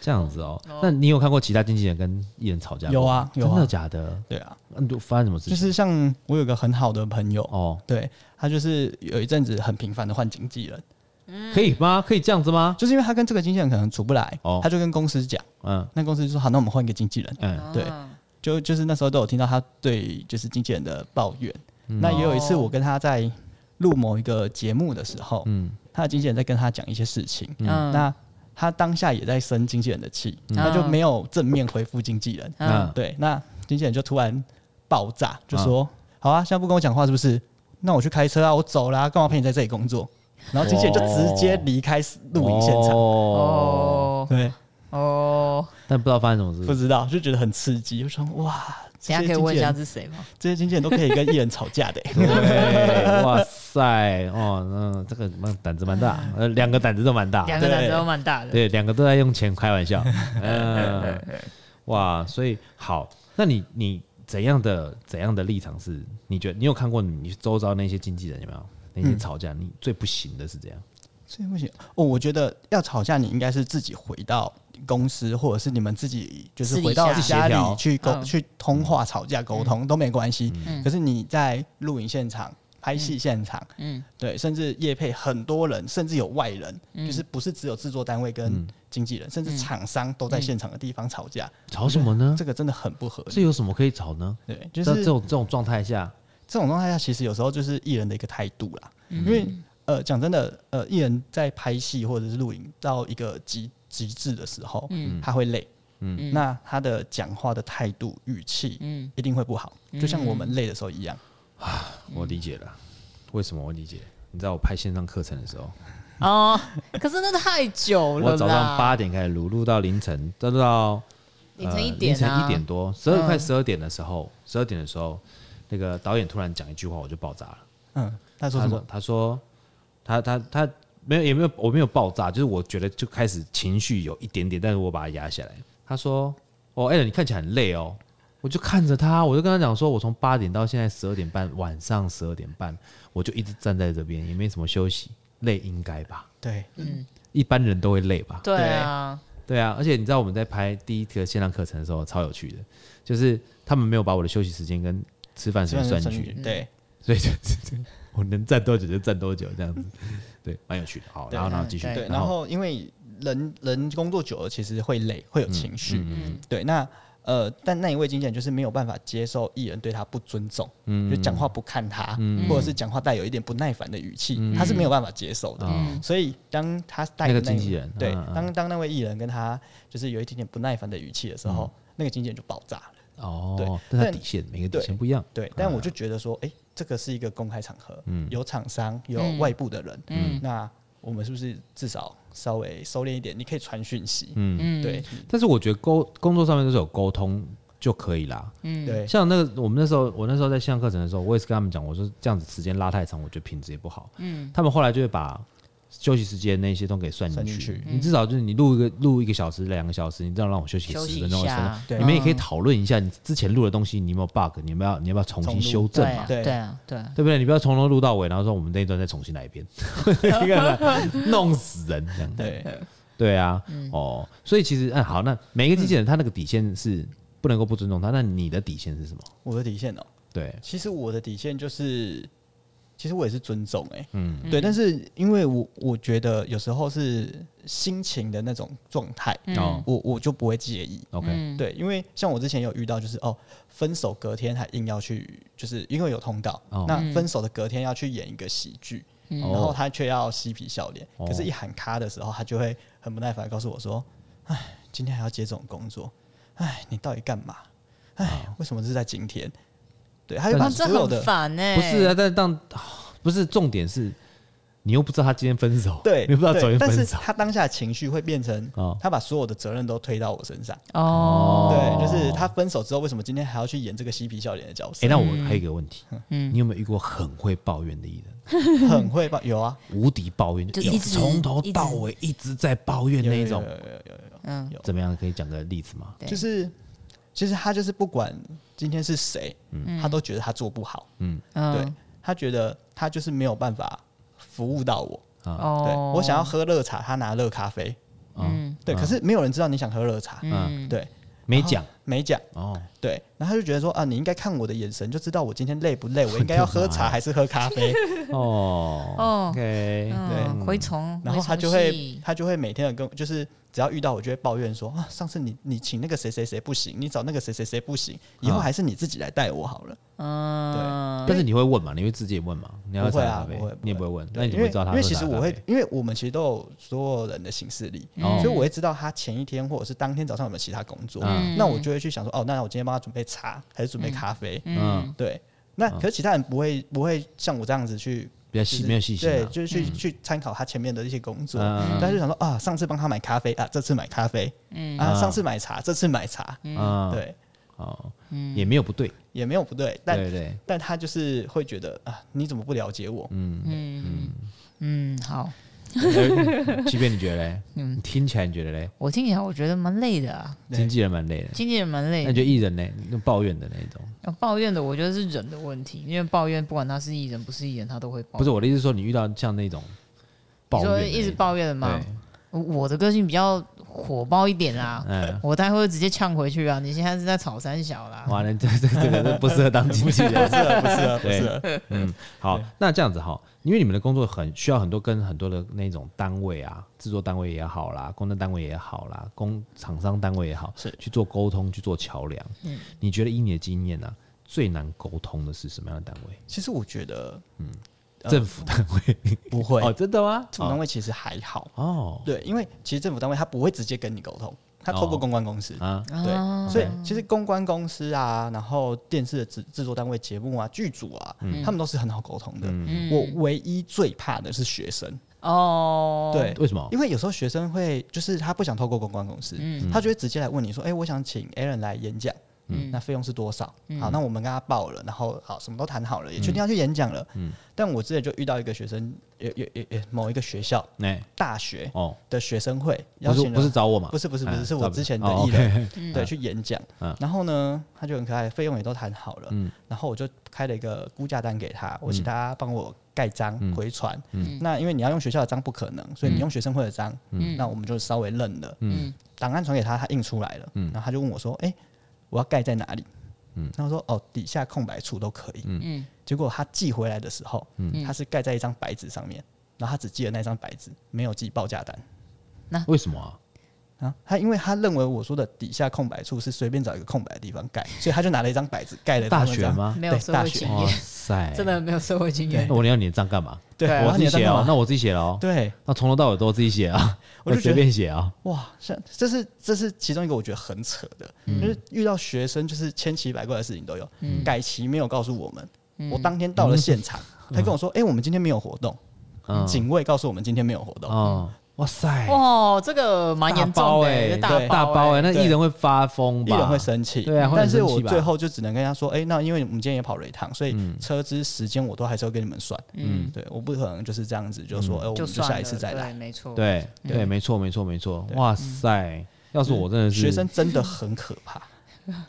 [SPEAKER 1] 这样子哦。那你有看过其他经纪人跟艺人吵架过吗？
[SPEAKER 3] 有啊有啊
[SPEAKER 1] 真的假的？
[SPEAKER 3] 对啊，
[SPEAKER 1] 嗯，都发生什么事
[SPEAKER 3] 就
[SPEAKER 1] 情？
[SPEAKER 3] 是像我有个很好的朋友，
[SPEAKER 1] 哦，
[SPEAKER 3] 对他就是有一阵子很频繁的换经纪人，
[SPEAKER 1] 可以吗？可以这样子吗？
[SPEAKER 3] 就是因为他跟这个经纪人可能处不来，
[SPEAKER 1] 哦
[SPEAKER 3] 他就跟公司讲，
[SPEAKER 1] 嗯
[SPEAKER 3] 那公司就说好，那我们换一个经纪人，
[SPEAKER 1] 嗯
[SPEAKER 3] 对
[SPEAKER 2] 啊
[SPEAKER 3] 就就是那时候都有听到他对就是经纪人的抱怨。
[SPEAKER 1] 嗯
[SPEAKER 3] 那也有一次我跟他在录某一个节目的时候，
[SPEAKER 1] 哦嗯
[SPEAKER 3] 他的经纪人在跟他讲一些事情，
[SPEAKER 2] 嗯
[SPEAKER 3] 那他当下也在生经纪人的气，他就没有正面回复经纪人。
[SPEAKER 1] 嗯
[SPEAKER 3] 对，那经纪人就突然爆炸，就说：“
[SPEAKER 2] 嗯
[SPEAKER 3] 好啊，现在不跟我讲话是不是？那我去开车啊，我走啦、干嘛陪你在这里工作？”然后经纪人就直接离开录影现场。
[SPEAKER 1] 哦，
[SPEAKER 2] 哦
[SPEAKER 3] 对，
[SPEAKER 2] 哦，
[SPEAKER 1] 但不知道发生什么
[SPEAKER 3] 不
[SPEAKER 1] 事。
[SPEAKER 3] 知道就觉得很刺激，就说哇，这
[SPEAKER 2] 等一下可以
[SPEAKER 3] 些经
[SPEAKER 2] 问
[SPEAKER 3] 纪
[SPEAKER 2] 一下
[SPEAKER 3] 人，
[SPEAKER 2] 是谁吗？
[SPEAKER 3] 这些经纪人都可以跟艺人吵架的、 欸
[SPEAKER 1] 对，哎哇塞，哦，那这个那胆子蛮大，呃，两个胆子都蛮大，
[SPEAKER 2] 两个男的都蛮大的，
[SPEAKER 1] 对，两个都在用钱开玩笑，嗯，哇，所以好，那你你怎样的怎样的立场是？你觉得你有看过你周遭那些经纪人有没有那些吵架？你最不行的是怎样？
[SPEAKER 3] 所以不行哦，我觉得要吵架，你应该是自己回到公司，或者是你们自己就是
[SPEAKER 2] 私底
[SPEAKER 3] 回到
[SPEAKER 2] 下
[SPEAKER 3] 家
[SPEAKER 1] 协调
[SPEAKER 3] 里去沟、
[SPEAKER 2] 嗯
[SPEAKER 3] 去通话、吵架、沟通都没关系。可是你在录影现场。拍戏现场，
[SPEAKER 2] 嗯，
[SPEAKER 3] 对，甚至业配很多人，甚至有外人，就是不是只有制作单位
[SPEAKER 2] 嗯
[SPEAKER 3] 跟经纪人，甚至厂商都在现场的地方吵架，
[SPEAKER 1] 吵什么
[SPEAKER 2] 嗯
[SPEAKER 1] 呢？
[SPEAKER 3] 这个真的很不合
[SPEAKER 1] 这
[SPEAKER 3] 理。
[SPEAKER 1] 有什么可以吵呢？
[SPEAKER 3] 对，就
[SPEAKER 1] 在
[SPEAKER 3] 是
[SPEAKER 1] 这种这种状态下，
[SPEAKER 3] 这种状态下，其实有时候就是艺人的一个态度啦。
[SPEAKER 2] 嗯
[SPEAKER 3] 因为呃，讲真的，呃，艺人在拍戏或者是录影到一个极极致的时候，
[SPEAKER 2] 嗯
[SPEAKER 3] 他会累，
[SPEAKER 2] 嗯
[SPEAKER 3] 那他的讲话的态度、语气
[SPEAKER 2] 嗯
[SPEAKER 3] 一定会不好，就像我们累的时候一样。
[SPEAKER 1] 我理解了，为什么我理解？你知道我拍线上课程的时候，
[SPEAKER 2] 哦， 可是那太久了啦，
[SPEAKER 1] 我早上八点开始录，录到凌晨，录到
[SPEAKER 2] 凌晨
[SPEAKER 1] 呃
[SPEAKER 2] 一点
[SPEAKER 1] 凌晨
[SPEAKER 2] 啊，
[SPEAKER 1] 一点多，十二快十二点的时候，十二点的时候，那个导演突然讲一句话，我就爆炸了。
[SPEAKER 3] 嗯，他说
[SPEAKER 1] 他
[SPEAKER 3] 什么
[SPEAKER 1] 说？：“他说，他他他没有也没有，我没有爆炸，就是我觉得就开始情绪有一点点，但是我把它压下来。”他说：“哦，艾伦，你看起来很累哦。”我就看着他，我就跟他讲说：“我从八点到现在十二点半，晚上十二点半，我就一直站在这边，也没什么休息，累应该吧？
[SPEAKER 3] 对，
[SPEAKER 1] 一般人都会累吧？
[SPEAKER 2] 对啊，
[SPEAKER 1] 对啊，而且你知道我们在拍第一个线上课程的时候超有趣的，就是他们没有把我的休息时间跟吃饭时间算进去，
[SPEAKER 3] 对，
[SPEAKER 1] 所以就是我能站多久就站多久这样子，对，蛮有趣的。好，然后然后继续，
[SPEAKER 2] 对
[SPEAKER 3] 对，然后因为人人工作久了，其实会累，会有情
[SPEAKER 1] 嗯
[SPEAKER 3] 绪。对，那呃，但那一位经纪人就是没有办法接受艺人对他不尊重，
[SPEAKER 1] 嗯
[SPEAKER 3] 就讲话不看他，或者是讲话带有一点不耐烦的语气，他是没有办法接受的。所以当他带
[SPEAKER 1] 嗯那个
[SPEAKER 3] 的
[SPEAKER 1] 经纪人
[SPEAKER 3] 对
[SPEAKER 1] 嗯嗯，
[SPEAKER 3] 当当那位艺人跟他就是有一点点不耐烦的语气的时候，
[SPEAKER 1] 嗯
[SPEAKER 3] 那个经纪人就爆炸了。
[SPEAKER 1] 哦
[SPEAKER 3] 对，
[SPEAKER 1] 但他
[SPEAKER 3] 但
[SPEAKER 1] 底线每个底
[SPEAKER 3] 对
[SPEAKER 1] 线不一样，
[SPEAKER 3] 对，但我就觉得说，哎、这个是一个公开场合，有厂商，有
[SPEAKER 2] 嗯
[SPEAKER 3] 外部的人，
[SPEAKER 2] 嗯
[SPEAKER 3] 那我们是不是至少稍微收敛一点？你可以传讯息，
[SPEAKER 2] 嗯，
[SPEAKER 3] 对
[SPEAKER 1] 但是我觉得沟工作上面都是有沟通就可以啦。
[SPEAKER 2] 嗯
[SPEAKER 3] 对，
[SPEAKER 1] 像那个我们那时候，我那时候在线上课程的时候，我也是跟他们讲，我说这样子时间拉太长，我觉得品质也不好。嗯，他们后来就会把休息时间那些都给算进去。
[SPEAKER 3] 算进去
[SPEAKER 1] 你至少就是你录一个录一个小时、两个小时，你至少让我休息
[SPEAKER 2] 休
[SPEAKER 1] 十
[SPEAKER 2] 息
[SPEAKER 1] 分
[SPEAKER 2] 一
[SPEAKER 1] 钟、二十分钟
[SPEAKER 2] 下，嗯
[SPEAKER 3] 对
[SPEAKER 1] 你们也可以讨论一下你之前录的东西，你有没有 bug，你有没有你要不要重新
[SPEAKER 3] 重录
[SPEAKER 1] 修
[SPEAKER 2] 对
[SPEAKER 1] 正嘛
[SPEAKER 2] 啊，？
[SPEAKER 3] 对
[SPEAKER 2] 对啊，对啊，
[SPEAKER 1] 对不对？你不要从头录到尾，然后说我们那一段再重新来一 遍，你看弄死人这样。
[SPEAKER 3] 对
[SPEAKER 2] 嗯
[SPEAKER 3] 嗯
[SPEAKER 1] 对啊，哦，所以其实嗯好，那每一个经纪人他那个底线是不能够不尊重他，那你的底线是什么？
[SPEAKER 3] 我的底线哦、
[SPEAKER 1] 对，
[SPEAKER 3] 其实我的底线就是，其实我也是尊重哎、
[SPEAKER 1] 嗯
[SPEAKER 3] 对，但是因为我我觉得有时候是心情的那种状态，
[SPEAKER 1] 哦
[SPEAKER 3] 我我就不会介意。
[SPEAKER 1] ，OK，
[SPEAKER 2] 嗯
[SPEAKER 3] 对，因为像我之前有遇到，就是哦，分手隔天还硬要去，就是因为有通告，
[SPEAKER 1] 哦嗯
[SPEAKER 3] 那
[SPEAKER 2] 嗯
[SPEAKER 3] 分手的隔天要去演一个喜剧，然后他却要嬉皮笑脸，
[SPEAKER 1] 哦
[SPEAKER 3] 可是，一喊咖的时候，他就会很不耐烦地告诉我说：“哎，今天还要接这种工作，哎，你到底干嘛？哎，
[SPEAKER 1] 哦
[SPEAKER 3] 为什么是在今天？”对，他就
[SPEAKER 2] 哇
[SPEAKER 3] 把
[SPEAKER 2] 哦这
[SPEAKER 3] 所有
[SPEAKER 2] 很
[SPEAKER 3] 的
[SPEAKER 2] 烦欸呢，
[SPEAKER 1] 不是啊，但但啊不是重点是，你又不知道他今天分手，
[SPEAKER 3] 对，
[SPEAKER 1] 你不知道
[SPEAKER 3] 对
[SPEAKER 1] 昨天
[SPEAKER 3] 但
[SPEAKER 1] 分
[SPEAKER 3] 是
[SPEAKER 1] 手，
[SPEAKER 3] 他当下情绪会变成
[SPEAKER 1] 哦，
[SPEAKER 3] 他把所有的责任都推到我身上。
[SPEAKER 2] 哦，
[SPEAKER 3] 对，就是他分手之后，为什么今天还要去演这个嬉皮笑脸的角色
[SPEAKER 1] 哎，？那我还有一个问题，
[SPEAKER 3] 嗯
[SPEAKER 1] 你有没有遇过很会抱怨的艺人，
[SPEAKER 3] 很会吧？有啊，
[SPEAKER 1] 无敌抱怨，
[SPEAKER 2] 就
[SPEAKER 1] 有
[SPEAKER 2] 一直
[SPEAKER 1] 从头到尾一直在抱怨
[SPEAKER 3] 有
[SPEAKER 1] 那一种
[SPEAKER 3] 有，有有有有
[SPEAKER 2] 嗯
[SPEAKER 1] 怎么样？可以讲个例子吗？
[SPEAKER 2] 对
[SPEAKER 3] 就是其实他就是不管今天是谁，他都觉得他做不好，对
[SPEAKER 2] 嗯，
[SPEAKER 3] 他觉得他就是没有办法服务到我。啊对
[SPEAKER 2] 哦，
[SPEAKER 3] 我想要喝热茶，他拿热咖啡，
[SPEAKER 1] 嗯，
[SPEAKER 3] 对，可是没有人知道你想喝热茶，
[SPEAKER 1] 嗯
[SPEAKER 3] 对，
[SPEAKER 1] 没讲
[SPEAKER 3] 没讲，
[SPEAKER 1] 哦，
[SPEAKER 3] 对，然后他就觉得说啊，你应该看我的眼神就知道我今天累不累，我应该要喝
[SPEAKER 1] 啊
[SPEAKER 3] 茶还是喝咖啡，
[SPEAKER 1] 哦
[SPEAKER 2] 哦
[SPEAKER 1] ，OK，
[SPEAKER 2] 嗯，蛔虫，
[SPEAKER 3] 然后
[SPEAKER 2] 蛔
[SPEAKER 3] 他
[SPEAKER 2] 虫
[SPEAKER 3] 就会
[SPEAKER 2] 系
[SPEAKER 3] 他就会每天的跟就是只要遇到我就会抱怨说啊，上次你你请那个谁谁谁不行，你找那个谁谁谁不行，以后
[SPEAKER 1] 啊
[SPEAKER 3] 还是你自己来带我好了。
[SPEAKER 2] 嗯，
[SPEAKER 1] 但是你会问嘛？你会自己问嘛？你要
[SPEAKER 3] 不
[SPEAKER 1] 喝
[SPEAKER 3] 会
[SPEAKER 1] 茶
[SPEAKER 3] 啊
[SPEAKER 1] 咖啡
[SPEAKER 3] 不会不会
[SPEAKER 1] 你也不会问，那
[SPEAKER 3] 对，
[SPEAKER 1] 你怎
[SPEAKER 3] 因
[SPEAKER 1] 么
[SPEAKER 3] 为
[SPEAKER 1] 会知道他
[SPEAKER 3] 因
[SPEAKER 1] 喝
[SPEAKER 3] 为
[SPEAKER 1] 茶
[SPEAKER 3] 其实我
[SPEAKER 1] 咖
[SPEAKER 3] 会
[SPEAKER 1] 啡，
[SPEAKER 3] 因为我们其实都有所有人的行事历，
[SPEAKER 1] 哦
[SPEAKER 3] 所以我会知道他前一天或者是当天早上有没有其他工作，
[SPEAKER 1] 嗯
[SPEAKER 3] 那我就会去想说，哦，那我今天帮他准备茶还是准备咖啡？
[SPEAKER 1] 嗯，
[SPEAKER 3] 对，那可是其他人不会不会像我这样子去，
[SPEAKER 1] 比较
[SPEAKER 3] 就
[SPEAKER 1] 细
[SPEAKER 3] 是
[SPEAKER 1] 没有细心
[SPEAKER 3] 对，
[SPEAKER 1] 啊，
[SPEAKER 3] 就是去、去参考他前面的一些工作，
[SPEAKER 1] 嗯
[SPEAKER 3] 大家就想说啊，上次帮他买咖啡啊，这次买咖啡，啊，上次买茶，这次买茶，
[SPEAKER 1] 嗯，
[SPEAKER 3] 对，
[SPEAKER 1] 哦，也没有不对，
[SPEAKER 3] 也没有不对，但
[SPEAKER 1] 对对，
[SPEAKER 3] 但他就是会觉得啊，你怎么不了解我？
[SPEAKER 2] 嗯，好，
[SPEAKER 1] 即便你觉得嘞，你听起来你觉得嘞，
[SPEAKER 2] 我听起来我觉得蛮累的啊，
[SPEAKER 1] 经纪人蛮累的，
[SPEAKER 2] 经纪人蛮累
[SPEAKER 1] 那你
[SPEAKER 2] 的，
[SPEAKER 1] 觉得艺人呢？用抱怨的那一种，
[SPEAKER 2] 呃抱怨的我觉得是人的问题，因为抱怨不管他是艺人不是艺人，他都
[SPEAKER 3] 哦
[SPEAKER 2] 会
[SPEAKER 1] 不
[SPEAKER 2] 抱怨。
[SPEAKER 1] 是我的意思，是说你遇到像那种
[SPEAKER 2] 你
[SPEAKER 1] 抱
[SPEAKER 2] 说
[SPEAKER 1] 怨的
[SPEAKER 2] 一
[SPEAKER 1] 那
[SPEAKER 2] 直
[SPEAKER 1] 种
[SPEAKER 2] 抱怨的吗？
[SPEAKER 1] 对
[SPEAKER 2] 我的个性比较火爆一点啦，
[SPEAKER 1] 嗯，
[SPEAKER 2] 我待会会直接呛回去啊！你现在是在炒三小啦，
[SPEAKER 1] 完了，这这这个 这不适合当经纪人。
[SPEAKER 3] 不是了不是了不
[SPEAKER 1] 对
[SPEAKER 3] 是啊了，
[SPEAKER 1] 嗯，好，那这样子哈，因为你们的工作很需要很多跟很多的那种单位啊，制作单位也好啦，工作单位也好啦，工厂商单位也好，
[SPEAKER 3] 是
[SPEAKER 1] 去做沟通，去做桥梁。嗯，你觉得以你的经验呢、啊，最难沟通的是什么样的单位？
[SPEAKER 3] 其实我觉得呃
[SPEAKER 1] 政府单位？
[SPEAKER 3] 不 会，
[SPEAKER 1] 哦，真的吗？
[SPEAKER 3] 政府单位其实还好，
[SPEAKER 1] 哦
[SPEAKER 3] 对，因为其实政府单位他不会直接跟你沟通，他透过
[SPEAKER 1] 哦
[SPEAKER 3] 公关公司，
[SPEAKER 1] 啊，
[SPEAKER 2] 啊
[SPEAKER 3] 对，所以其实公关公司啊，然后电视的制制作单位、节目啊、剧组啊，
[SPEAKER 1] 嗯
[SPEAKER 3] 他们都是很好沟通的。
[SPEAKER 2] 嗯
[SPEAKER 3] 我唯一最怕的是学生，
[SPEAKER 2] 哦，
[SPEAKER 3] 对，
[SPEAKER 1] 为什么？
[SPEAKER 3] 因为有时候学生会就是他不想透过公关公司，他就会直接来问你说：“哎、我想请 Aaron 来演讲，
[SPEAKER 2] 嗯
[SPEAKER 3] 那费用是多少？”好，那我们跟他报了，然后好，什么都谈好了，也确
[SPEAKER 1] 嗯
[SPEAKER 3] 定要去演讲了。但我之前就遇到一个学生，也也也也某一个学校
[SPEAKER 1] 哎、
[SPEAKER 3] 大学
[SPEAKER 1] 哦，
[SPEAKER 3] 的学生会
[SPEAKER 1] 不
[SPEAKER 3] 邀
[SPEAKER 1] 是
[SPEAKER 3] 请
[SPEAKER 1] 不是
[SPEAKER 3] 了。
[SPEAKER 1] 找我嘛？
[SPEAKER 3] 不是不是不是，
[SPEAKER 1] 哎
[SPEAKER 3] 是我之前的
[SPEAKER 1] 哦
[SPEAKER 3] 艺人，
[SPEAKER 1] ，OK
[SPEAKER 3] 对，去演讲
[SPEAKER 1] 嗯。
[SPEAKER 3] 然后呢，他就很可爱，费用也都谈好了。然后我就开了一个估价单给
[SPEAKER 1] 嗯
[SPEAKER 3] 他，我请他帮我盖章回传。那因为你要用学校的章不可能，
[SPEAKER 1] 嗯
[SPEAKER 3] 所以你用学生会的章，那我们就稍微认了。档案传给他，他印出来了。
[SPEAKER 1] 嗯
[SPEAKER 3] 然后他就问我说：“哎，我要盖在哪里？”然后说：“哦，底下空白处都可以。”
[SPEAKER 2] 嗯
[SPEAKER 3] 结果他寄回来的时候，
[SPEAKER 1] 嗯
[SPEAKER 3] 他是盖在一张白纸上面，然后他只寄了那张白纸，没有寄报价单。
[SPEAKER 1] 为什么啊？
[SPEAKER 3] 啊，他因为他认为我说的底下空白处是随便找一个空白的地方盖，所以他就拿了一张白纸盖了他
[SPEAKER 1] 大
[SPEAKER 3] 们
[SPEAKER 1] 学
[SPEAKER 3] 这样？
[SPEAKER 1] 吗？
[SPEAKER 2] 没有
[SPEAKER 3] 对
[SPEAKER 2] 社
[SPEAKER 3] 大
[SPEAKER 2] 会
[SPEAKER 3] 学
[SPEAKER 2] 经
[SPEAKER 1] 哇
[SPEAKER 2] 验，
[SPEAKER 1] 塞，
[SPEAKER 2] 真的没有社会经验
[SPEAKER 1] 那。我要你的账干嘛？
[SPEAKER 3] 对，
[SPEAKER 2] 对
[SPEAKER 1] 我
[SPEAKER 3] 我
[SPEAKER 1] 自己写哦，那
[SPEAKER 3] 那
[SPEAKER 1] 我自己写了哦。
[SPEAKER 3] 对，
[SPEAKER 1] 那从头到尾都我自己写啊，
[SPEAKER 3] 我就
[SPEAKER 1] 随
[SPEAKER 3] 觉得
[SPEAKER 1] 便写啊。
[SPEAKER 3] 哇，像这是这是其中一个我觉得很扯的，就是
[SPEAKER 1] 嗯
[SPEAKER 3] 遇到学生就是千奇百怪的事情都有，改期没有告诉我们，我当天到了 现场，他跟我说，哎、我们今天没有活动，
[SPEAKER 1] 嗯
[SPEAKER 3] 警卫告诉我们今天没有活动，
[SPEAKER 1] 哦，哇塞，
[SPEAKER 2] 哇，这个蛮严重的欸，
[SPEAKER 1] 哎，
[SPEAKER 2] 这
[SPEAKER 3] 大包
[SPEAKER 1] 大包哎，
[SPEAKER 2] 哎，
[SPEAKER 1] 那
[SPEAKER 3] 对
[SPEAKER 1] 艺人会发疯
[SPEAKER 3] 艺
[SPEAKER 1] 吧？
[SPEAKER 3] 人会生气，
[SPEAKER 1] 对啊会很
[SPEAKER 3] 但是
[SPEAKER 1] 生
[SPEAKER 3] 我
[SPEAKER 1] 气吧嗯
[SPEAKER 3] 最后就只能跟他说，哎、那因为我们今天也跑了一趟，所以车资时间我都还是要跟你们算，嗯，对，我不可能就是这样子
[SPEAKER 1] 嗯
[SPEAKER 3] 就说，哎、我
[SPEAKER 2] 就
[SPEAKER 3] 们就
[SPEAKER 2] 算
[SPEAKER 3] 下一
[SPEAKER 2] 了
[SPEAKER 3] 次再
[SPEAKER 2] 对
[SPEAKER 3] 来。
[SPEAKER 2] 没错，
[SPEAKER 1] 对对，没错没错没错。哇塞，要是我真的是
[SPEAKER 3] 嗯学生真的很可怕，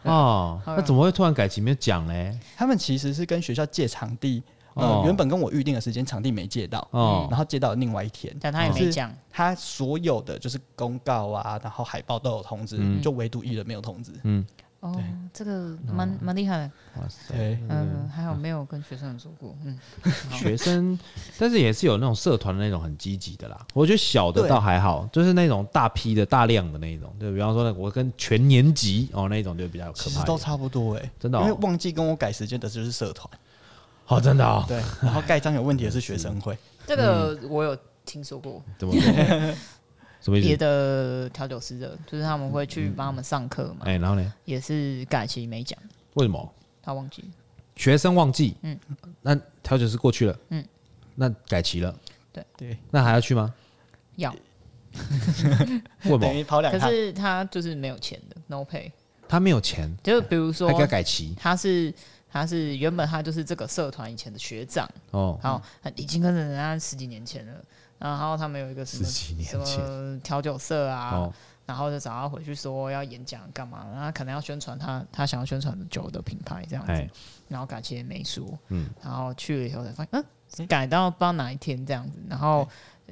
[SPEAKER 1] 哦，
[SPEAKER 2] 啊
[SPEAKER 1] 那怎么会突然改期没有讲嘞？
[SPEAKER 3] 他们其实是跟学校借场地，呃，
[SPEAKER 1] 哦
[SPEAKER 3] 原本跟我预定的时间场地没借到，
[SPEAKER 1] 哦
[SPEAKER 3] 然后借到另外一天，
[SPEAKER 2] 但他也
[SPEAKER 3] 就是
[SPEAKER 2] 没讲，
[SPEAKER 3] 他所有的就是公告啊，然后海报都有通知，
[SPEAKER 1] 嗯
[SPEAKER 3] 就唯独艺人没有通知，
[SPEAKER 2] 哦，这个蛮蛮厉害的，
[SPEAKER 1] 哇塞，
[SPEAKER 3] 对，
[SPEAKER 2] 嗯，还好没有跟学生说过，嗯，
[SPEAKER 3] 啊
[SPEAKER 1] 学生，但是也是有那种社团的那种很积极的啦。我觉得小的
[SPEAKER 3] 对
[SPEAKER 1] 倒还好，就是那种大批的、大量的那一种，就比方说，我跟全年级哦那一种就比较可
[SPEAKER 3] 其
[SPEAKER 1] 怕
[SPEAKER 3] 实
[SPEAKER 1] 一点。
[SPEAKER 3] 都差不多哎、
[SPEAKER 1] 真的哦
[SPEAKER 3] 因为忘记跟我改时间的就是社团，
[SPEAKER 1] 哦，真的哦，
[SPEAKER 3] 对，然后盖章有问题的是学 生会，
[SPEAKER 2] 这个我有听说过，
[SPEAKER 1] 怎么说？ 什么意
[SPEAKER 2] 别
[SPEAKER 1] 思？
[SPEAKER 2] 的调酒师的，就是他们会去帮他们上课嘛，
[SPEAKER 1] 哎，然后呢？
[SPEAKER 2] 也是改期没讲，
[SPEAKER 1] 为什么
[SPEAKER 2] 他忘记了，
[SPEAKER 1] 学生忘记？嗯，那调酒师过去了，嗯
[SPEAKER 2] 嗯，
[SPEAKER 1] 那改期了，
[SPEAKER 3] 对，
[SPEAKER 1] 那还要去吗？
[SPEAKER 2] 要，
[SPEAKER 1] 为什
[SPEAKER 3] 等
[SPEAKER 1] 么？
[SPEAKER 3] 于跑两
[SPEAKER 2] 可
[SPEAKER 3] 趟，
[SPEAKER 2] 是他就是没有钱的，no pay，
[SPEAKER 1] 他没有钱，
[SPEAKER 2] 就比如说
[SPEAKER 1] 还给他改期
[SPEAKER 2] 他是他是原本他就是这个社团以前的学长，
[SPEAKER 1] 哦，
[SPEAKER 2] 然后呃已经跟着人家十几年前了，然后他们有一个什么
[SPEAKER 1] 十几年
[SPEAKER 2] 什
[SPEAKER 1] 前
[SPEAKER 2] 么调酒社啊，
[SPEAKER 1] 哦，
[SPEAKER 2] 然后就找他回去说要演讲干嘛，然后可能要宣传他他想要宣传的酒的品牌这样子
[SPEAKER 1] 哎，，
[SPEAKER 2] 然后感谢没说，嗯，然后去了以后才发现，嗯，改到不知道哪一天这样子，然后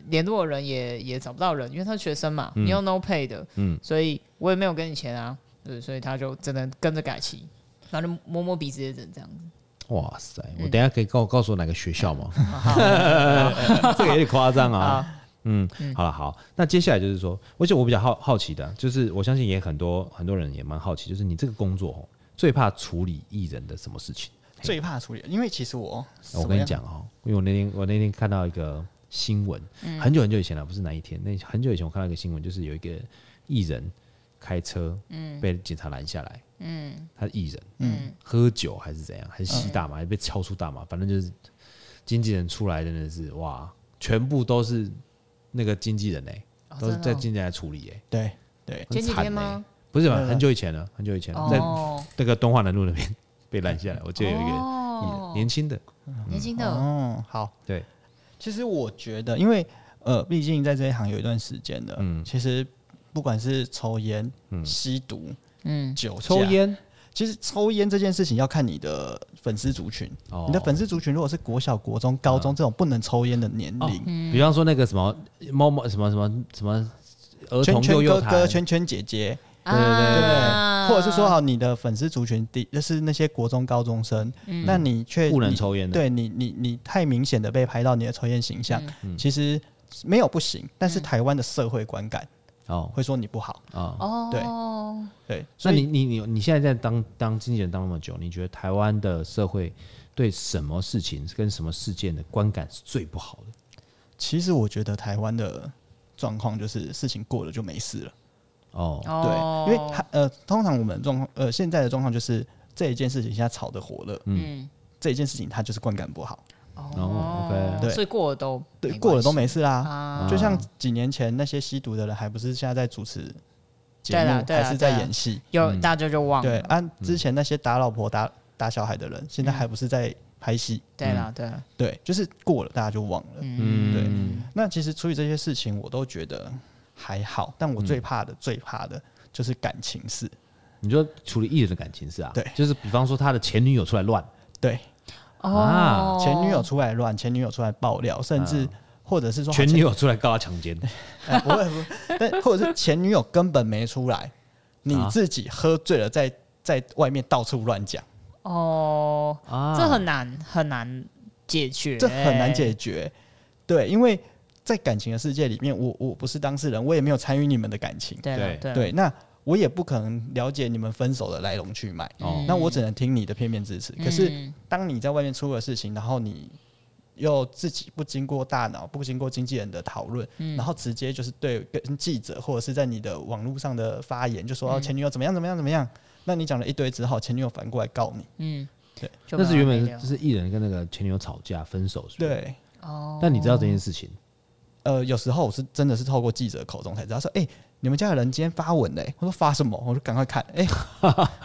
[SPEAKER 2] 联络人也也找不到人，因为他是学生嘛，你又 no pay 的，
[SPEAKER 1] 哎嗯
[SPEAKER 2] 嗯，所以我也没有给你钱啊，对，所以他就只能跟着改期，然后就摸摸鼻子也只能这样子。
[SPEAKER 1] 哇塞！我等一下可以告告诉我哪个学校吗？ 这个有点夸张啊。嗯，好了，好，那接下来就是说，而且我比较好好奇的，就是我相信也很多很多人也蛮好奇，就是你这个工作哦最怕处理艺人的什么事情？
[SPEAKER 3] 最怕处理，因为其实我，
[SPEAKER 1] 我跟你，讲哦，因为我那天我那天看到一个新闻，
[SPEAKER 2] 嗯
[SPEAKER 1] 很久很久以前了，不是哪一天，那很久以前我看到一个新闻，就是有一个艺人开车，
[SPEAKER 2] 嗯
[SPEAKER 1] 被警察拦下来，他是艺人，喝酒还是怎样，还是吸大麻，
[SPEAKER 2] 嗯
[SPEAKER 1] 还是被敲出大麻，反正就是经纪人出来真的是哇，全部都是那个经纪人哎、
[SPEAKER 2] 哦
[SPEAKER 1] 都是
[SPEAKER 2] 真的
[SPEAKER 1] 在
[SPEAKER 2] 哦
[SPEAKER 1] 经纪人来处理哎、
[SPEAKER 3] 对对，
[SPEAKER 1] 很
[SPEAKER 2] 前几
[SPEAKER 1] 惨
[SPEAKER 2] 天
[SPEAKER 1] 欸
[SPEAKER 2] 吗？
[SPEAKER 1] 不是吧？
[SPEAKER 3] 对对
[SPEAKER 1] 很久以前了，很久以前了，在
[SPEAKER 2] 嗯哦，
[SPEAKER 1] 那个东华南路那边 被拦下来，我记得有一个嗯艺人
[SPEAKER 2] 哦
[SPEAKER 1] 年轻的，
[SPEAKER 2] 年轻的，
[SPEAKER 3] 哦，好，
[SPEAKER 1] 对，
[SPEAKER 3] 其实我觉得，因为呃，毕竟在这一行有一段时间了，
[SPEAKER 1] 嗯
[SPEAKER 3] 其实不管是抽烟、吸毒、
[SPEAKER 2] 嗯，
[SPEAKER 3] 酒驾
[SPEAKER 1] 抽，烟
[SPEAKER 3] 其实抽烟这件事情要看你的粉丝族群。
[SPEAKER 1] 哦啊
[SPEAKER 3] 你的粉丝族群如果是国小、国中、
[SPEAKER 1] 嗯
[SPEAKER 3] 高中这种不能抽烟的年龄，
[SPEAKER 1] 比方说那个什么某某什么什么什么儿
[SPEAKER 3] 圈
[SPEAKER 1] 童
[SPEAKER 3] 圈
[SPEAKER 1] 幼
[SPEAKER 3] 哥
[SPEAKER 1] 幼
[SPEAKER 3] 哥、
[SPEAKER 1] 台，
[SPEAKER 3] 圈圈姐姐，
[SPEAKER 1] 对对对
[SPEAKER 3] 对不对？
[SPEAKER 2] 啊
[SPEAKER 3] 或者是说好你的粉丝族群第就是那些国中高中生，那你却
[SPEAKER 1] 不能
[SPEAKER 3] 你
[SPEAKER 1] 抽烟的，
[SPEAKER 3] 对你，你你太明显的被拍到你的抽烟形象，
[SPEAKER 1] 嗯
[SPEAKER 3] 其实没有不行，但是台湾的社会观感
[SPEAKER 1] 哦
[SPEAKER 3] 会说你不好，
[SPEAKER 1] 哦。
[SPEAKER 2] 哦，
[SPEAKER 3] 对对，
[SPEAKER 1] 那
[SPEAKER 3] 所
[SPEAKER 1] 你
[SPEAKER 3] 以
[SPEAKER 1] 你你你现在在当当经纪人当那么久，你觉得台湾的社会对什么事情跟什么事件的观感是最不好的？
[SPEAKER 3] 其实我觉得台湾的状况就是事情过了就没事了，
[SPEAKER 1] 哦，
[SPEAKER 2] 哦
[SPEAKER 3] 对，因为他呃，通常我们的状况呃现在的状况就是这一件事情现在吵得火热，
[SPEAKER 2] 嗯
[SPEAKER 3] 这一件事情它就是观感不好，
[SPEAKER 1] 哦，OK
[SPEAKER 3] 对
[SPEAKER 2] 所以过了都
[SPEAKER 3] 对，
[SPEAKER 2] 关
[SPEAKER 3] 过了都
[SPEAKER 2] 系
[SPEAKER 3] 没事啦。
[SPEAKER 2] 啊，
[SPEAKER 1] 哦
[SPEAKER 3] 就像几年前那些吸毒的人，还不是现在在主持节
[SPEAKER 2] 对啦
[SPEAKER 3] 目，
[SPEAKER 2] 对
[SPEAKER 3] 还
[SPEAKER 2] 啦
[SPEAKER 3] 是
[SPEAKER 2] 对
[SPEAKER 3] 在
[SPEAKER 2] 啦嗯
[SPEAKER 3] 演戏，
[SPEAKER 1] 嗯
[SPEAKER 2] 有大家就忘
[SPEAKER 3] 对，
[SPEAKER 2] 了，
[SPEAKER 3] 按、之前那些打老婆打打小孩的人，现在还不是在拍戏？
[SPEAKER 2] 对啦对啦，
[SPEAKER 3] 对，就是过了大家就忘了。
[SPEAKER 1] 嗯，
[SPEAKER 3] 对那其实处理这些事情，我都觉得还好，但我
[SPEAKER 1] 嗯
[SPEAKER 3] 最怕的、最怕的就是感情事。
[SPEAKER 1] 你说处理艺人的感情是啊，
[SPEAKER 3] 对
[SPEAKER 1] 就是比方说他的前女友出来乱，
[SPEAKER 3] 对，
[SPEAKER 1] 啊
[SPEAKER 2] 哦，
[SPEAKER 3] 前女友出来乱，前女友出来爆料，甚至、或者是说
[SPEAKER 1] 啊前女友出来告他强 奸，
[SPEAKER 3] 哎 不会不会，但或者是前女友根本没出来，你
[SPEAKER 1] 啊
[SPEAKER 3] 自己喝醉了在在外面到处乱讲，
[SPEAKER 2] 哦，
[SPEAKER 1] 啊
[SPEAKER 2] 这很难很难解决，
[SPEAKER 3] 这很难解决。对，因为在感情的世界里面，我我不是当事人，我也没有参与你们的感情。
[SPEAKER 2] 对啦
[SPEAKER 1] 对
[SPEAKER 2] 对啦
[SPEAKER 3] 对，那我也不可能了解你们分手的来龙去脉，
[SPEAKER 1] 哦
[SPEAKER 3] 那我只能听你的片面之词。可是
[SPEAKER 2] 嗯
[SPEAKER 3] 当你在外面出了事情，然后你又自己不经过大脑、不经过经纪人的讨论，
[SPEAKER 2] 嗯
[SPEAKER 3] 然后直接就是对跟记者或者是在你的网络上的发言，
[SPEAKER 2] 嗯
[SPEAKER 3] 就说、哦前女友怎么样怎么样怎么样，那你讲了一堆之后，前女友反过来告你，
[SPEAKER 2] 嗯，
[SPEAKER 3] 对
[SPEAKER 2] 就
[SPEAKER 1] 那是
[SPEAKER 2] 没
[SPEAKER 1] 原
[SPEAKER 2] 完
[SPEAKER 1] 本
[SPEAKER 2] 没
[SPEAKER 1] 是
[SPEAKER 2] 了
[SPEAKER 1] 就是艺人跟那个前女友吵架分手，是不是，
[SPEAKER 3] 对。
[SPEAKER 2] 哦，
[SPEAKER 1] 但你知道这件事情，
[SPEAKER 3] 呃，有时候我是真的是透过记者口中才知道，说，哎、你们家的人今天发文嘞、我说发什么？我说赶快看，哎、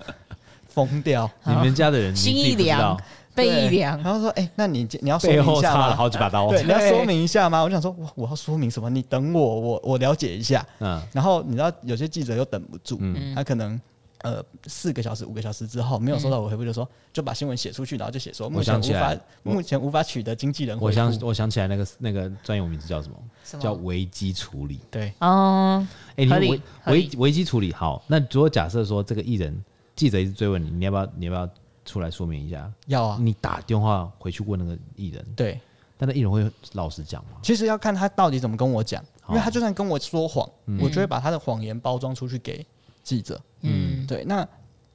[SPEAKER 3] 疯掉，
[SPEAKER 1] 你们家的人
[SPEAKER 2] 心
[SPEAKER 1] 你自己
[SPEAKER 2] 一
[SPEAKER 1] 不知
[SPEAKER 2] 凉
[SPEAKER 1] 道，
[SPEAKER 2] 背一
[SPEAKER 3] 对
[SPEAKER 2] 凉，
[SPEAKER 3] 然后说，哎、那你你要说
[SPEAKER 1] 背
[SPEAKER 3] 明一
[SPEAKER 1] 后
[SPEAKER 3] 下
[SPEAKER 1] 插了
[SPEAKER 3] 吗？
[SPEAKER 1] 好几把刀，
[SPEAKER 3] 对，你要
[SPEAKER 2] 对
[SPEAKER 3] 说明一下吗？我就想说，我我要说明什么？你等我，我我了解一下。
[SPEAKER 1] 嗯，
[SPEAKER 3] 然后你知道，有些记者又等不住，
[SPEAKER 1] 嗯
[SPEAKER 3] 他可能呃四个小时、五个小时之后没有收到我回复，就说就把新闻写出去，然后就写说目前
[SPEAKER 1] 想
[SPEAKER 3] 无
[SPEAKER 1] 起来
[SPEAKER 3] 法目前无法取得经纪人回复。
[SPEAKER 1] 我想我想起来那个那个专有名字叫什么？
[SPEAKER 2] 什么
[SPEAKER 1] 叫危机处理。
[SPEAKER 3] 对，
[SPEAKER 2] 哦，
[SPEAKER 1] 哎，你
[SPEAKER 2] 合理
[SPEAKER 1] 危
[SPEAKER 2] 合
[SPEAKER 1] 危
[SPEAKER 2] 理
[SPEAKER 1] 危机处理好，那如果假设说这个艺人记者一直追问你，你要不要你要不要出来说明一下？
[SPEAKER 3] 要啊，
[SPEAKER 1] 你打电话回去问那个艺人，
[SPEAKER 3] 对，
[SPEAKER 1] 但那艺人会老实讲吗？
[SPEAKER 3] 其实要看他到底怎么跟我讲，因为
[SPEAKER 1] 哦
[SPEAKER 3] 他就算跟我说谎，
[SPEAKER 1] 嗯
[SPEAKER 3] 我就会把他的谎言包装出去给记者。
[SPEAKER 2] 嗯
[SPEAKER 3] 对，那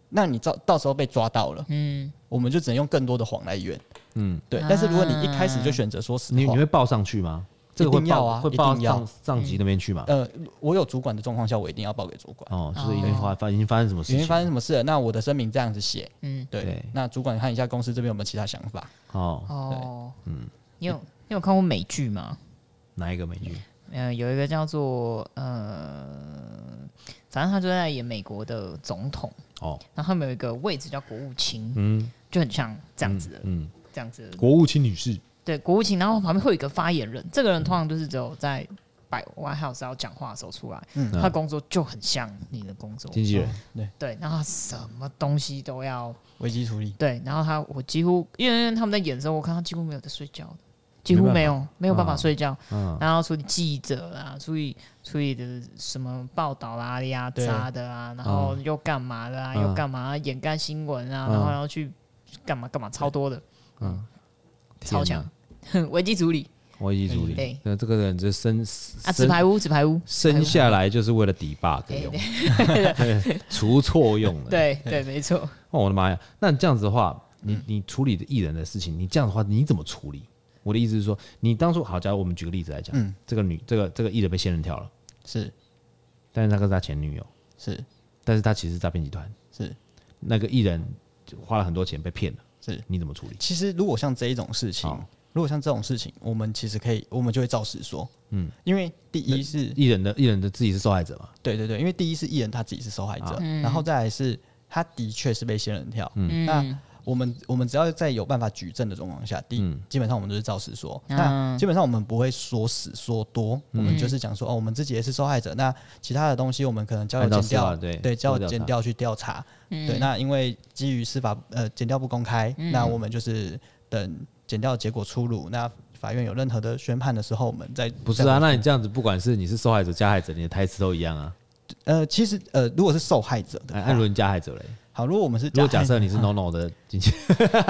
[SPEAKER 3] 那你到到时候被抓到了，
[SPEAKER 2] 嗯，
[SPEAKER 3] 我们就只能用更多的谎来圆。
[SPEAKER 1] 嗯，
[SPEAKER 3] 对，但是如果你一开始就选择说实
[SPEAKER 1] 你你
[SPEAKER 3] 话，
[SPEAKER 1] 会报上去吗？这个
[SPEAKER 3] 一
[SPEAKER 1] 会
[SPEAKER 3] 定
[SPEAKER 1] 报
[SPEAKER 3] 要啊
[SPEAKER 1] 会
[SPEAKER 3] 一
[SPEAKER 1] 报
[SPEAKER 3] 定要
[SPEAKER 1] 上上级那边去吗？
[SPEAKER 3] 呃，我有主管的状况下，我一定要报给主管。
[SPEAKER 1] 哦，就是已经发发已经发生什么事
[SPEAKER 3] 因为
[SPEAKER 1] 情？
[SPEAKER 3] 发生什么事了？那我的声明这样子写，
[SPEAKER 2] 嗯
[SPEAKER 3] 嗯，对
[SPEAKER 1] 对。
[SPEAKER 3] 那主管看一下公司这边有没有其他想法？
[SPEAKER 1] 哦，
[SPEAKER 2] 哦，嗯，你有你有看过美剧吗？
[SPEAKER 1] 哪一个美剧？
[SPEAKER 2] 呃，有一个叫做呃，反正他就在演美国的总统，
[SPEAKER 1] 哦，
[SPEAKER 2] 然后他们有一个位置叫国务卿，
[SPEAKER 1] 嗯
[SPEAKER 2] 就很像这样子的，
[SPEAKER 1] 嗯，
[SPEAKER 2] 这样子的
[SPEAKER 1] 国务卿女士，
[SPEAKER 2] 对国务卿，然后旁边会有一个发言人，这个人通常就是只有在白 White House 要讲话的时候出来，
[SPEAKER 3] 嗯
[SPEAKER 2] 他工作就很像你的工作，
[SPEAKER 1] 经纪
[SPEAKER 3] 哦
[SPEAKER 1] 人，
[SPEAKER 2] 对，然后他什么东西都要
[SPEAKER 3] 危机处理，
[SPEAKER 2] 对，然后他我几乎因为因为他们在演的时候，我看他几乎没有在睡觉的，几乎没有没有办法睡觉，
[SPEAKER 1] 嗯，
[SPEAKER 2] 然后处理记者啦，处理处理的什么报道啦、压榨的啊，然后又干嘛的啊，
[SPEAKER 1] 嗯
[SPEAKER 2] 又干嘛掩盖新闻啊，
[SPEAKER 1] 嗯
[SPEAKER 2] 然后要去干嘛干嘛，超多的， 超
[SPEAKER 1] 天哪
[SPEAKER 2] 强，危机处理
[SPEAKER 1] 危机处理
[SPEAKER 2] 对。
[SPEAKER 1] 那这个人这生
[SPEAKER 2] 啊，纸
[SPEAKER 1] 生
[SPEAKER 2] 牌屋，纸牌屋，
[SPEAKER 1] 生下来就是为了 debug 用的， 除错用的。
[SPEAKER 2] 对对，没错，
[SPEAKER 1] 哦，我的妈呀！那这样子的话，你你处理的艺人的事情，你这样的话你怎么处理？我的意思是说，你当初好，假如我们举个例子来讲，
[SPEAKER 3] 嗯
[SPEAKER 1] 这个女这个这个艺人被仙人跳了，
[SPEAKER 3] 是
[SPEAKER 1] 但是那个是他前女友，
[SPEAKER 3] 是
[SPEAKER 1] 但是他其实是诈骗集团，
[SPEAKER 3] 是。
[SPEAKER 1] 那个艺人就花了很多钱被骗了，
[SPEAKER 3] 是
[SPEAKER 1] 你怎么处理？
[SPEAKER 3] 其实如果像这一种事情
[SPEAKER 1] 好，
[SPEAKER 3] 如果像这种事情，我们其实可以，我们就会照实说，
[SPEAKER 1] 嗯
[SPEAKER 3] 嗯，因为第一是
[SPEAKER 1] 艺人的艺人的自己是受害者嘛？
[SPEAKER 3] 对对对，因为第一是艺人他自己是受害者，然后再来是他的确是被仙人跳。
[SPEAKER 1] 嗯
[SPEAKER 2] 嗯
[SPEAKER 3] 那我们我们只要在有办法举证的状况下，第、
[SPEAKER 1] 嗯
[SPEAKER 3] 基本上我们都是照实说。
[SPEAKER 2] 嗯
[SPEAKER 3] 那基本上我们不会说死说多，我们就是讲说哦，我们自己也是受害者。那其他的东西我们可能交
[SPEAKER 1] 按照
[SPEAKER 3] 由
[SPEAKER 1] 司
[SPEAKER 3] 检
[SPEAKER 1] 法
[SPEAKER 3] 调，
[SPEAKER 1] 对
[SPEAKER 3] 交
[SPEAKER 1] 做调
[SPEAKER 3] 由检
[SPEAKER 1] 查
[SPEAKER 3] 调去调查。对，那因为基于司法呃检调不公开，那我们就是等检调结果出炉，那法院有任何的宣判的时候，我们再
[SPEAKER 1] 不是啊？那你这样子，不管是你是受害者、加害者，你的台词都一样啊。
[SPEAKER 3] 呃，其实呃，如果是受害者的
[SPEAKER 1] 哎，
[SPEAKER 3] 话，
[SPEAKER 1] 按轮加害者嘞，
[SPEAKER 3] 好，如果我们是
[SPEAKER 1] 如果
[SPEAKER 3] 加
[SPEAKER 1] 假
[SPEAKER 3] 害
[SPEAKER 1] 设你是 no no 的进去，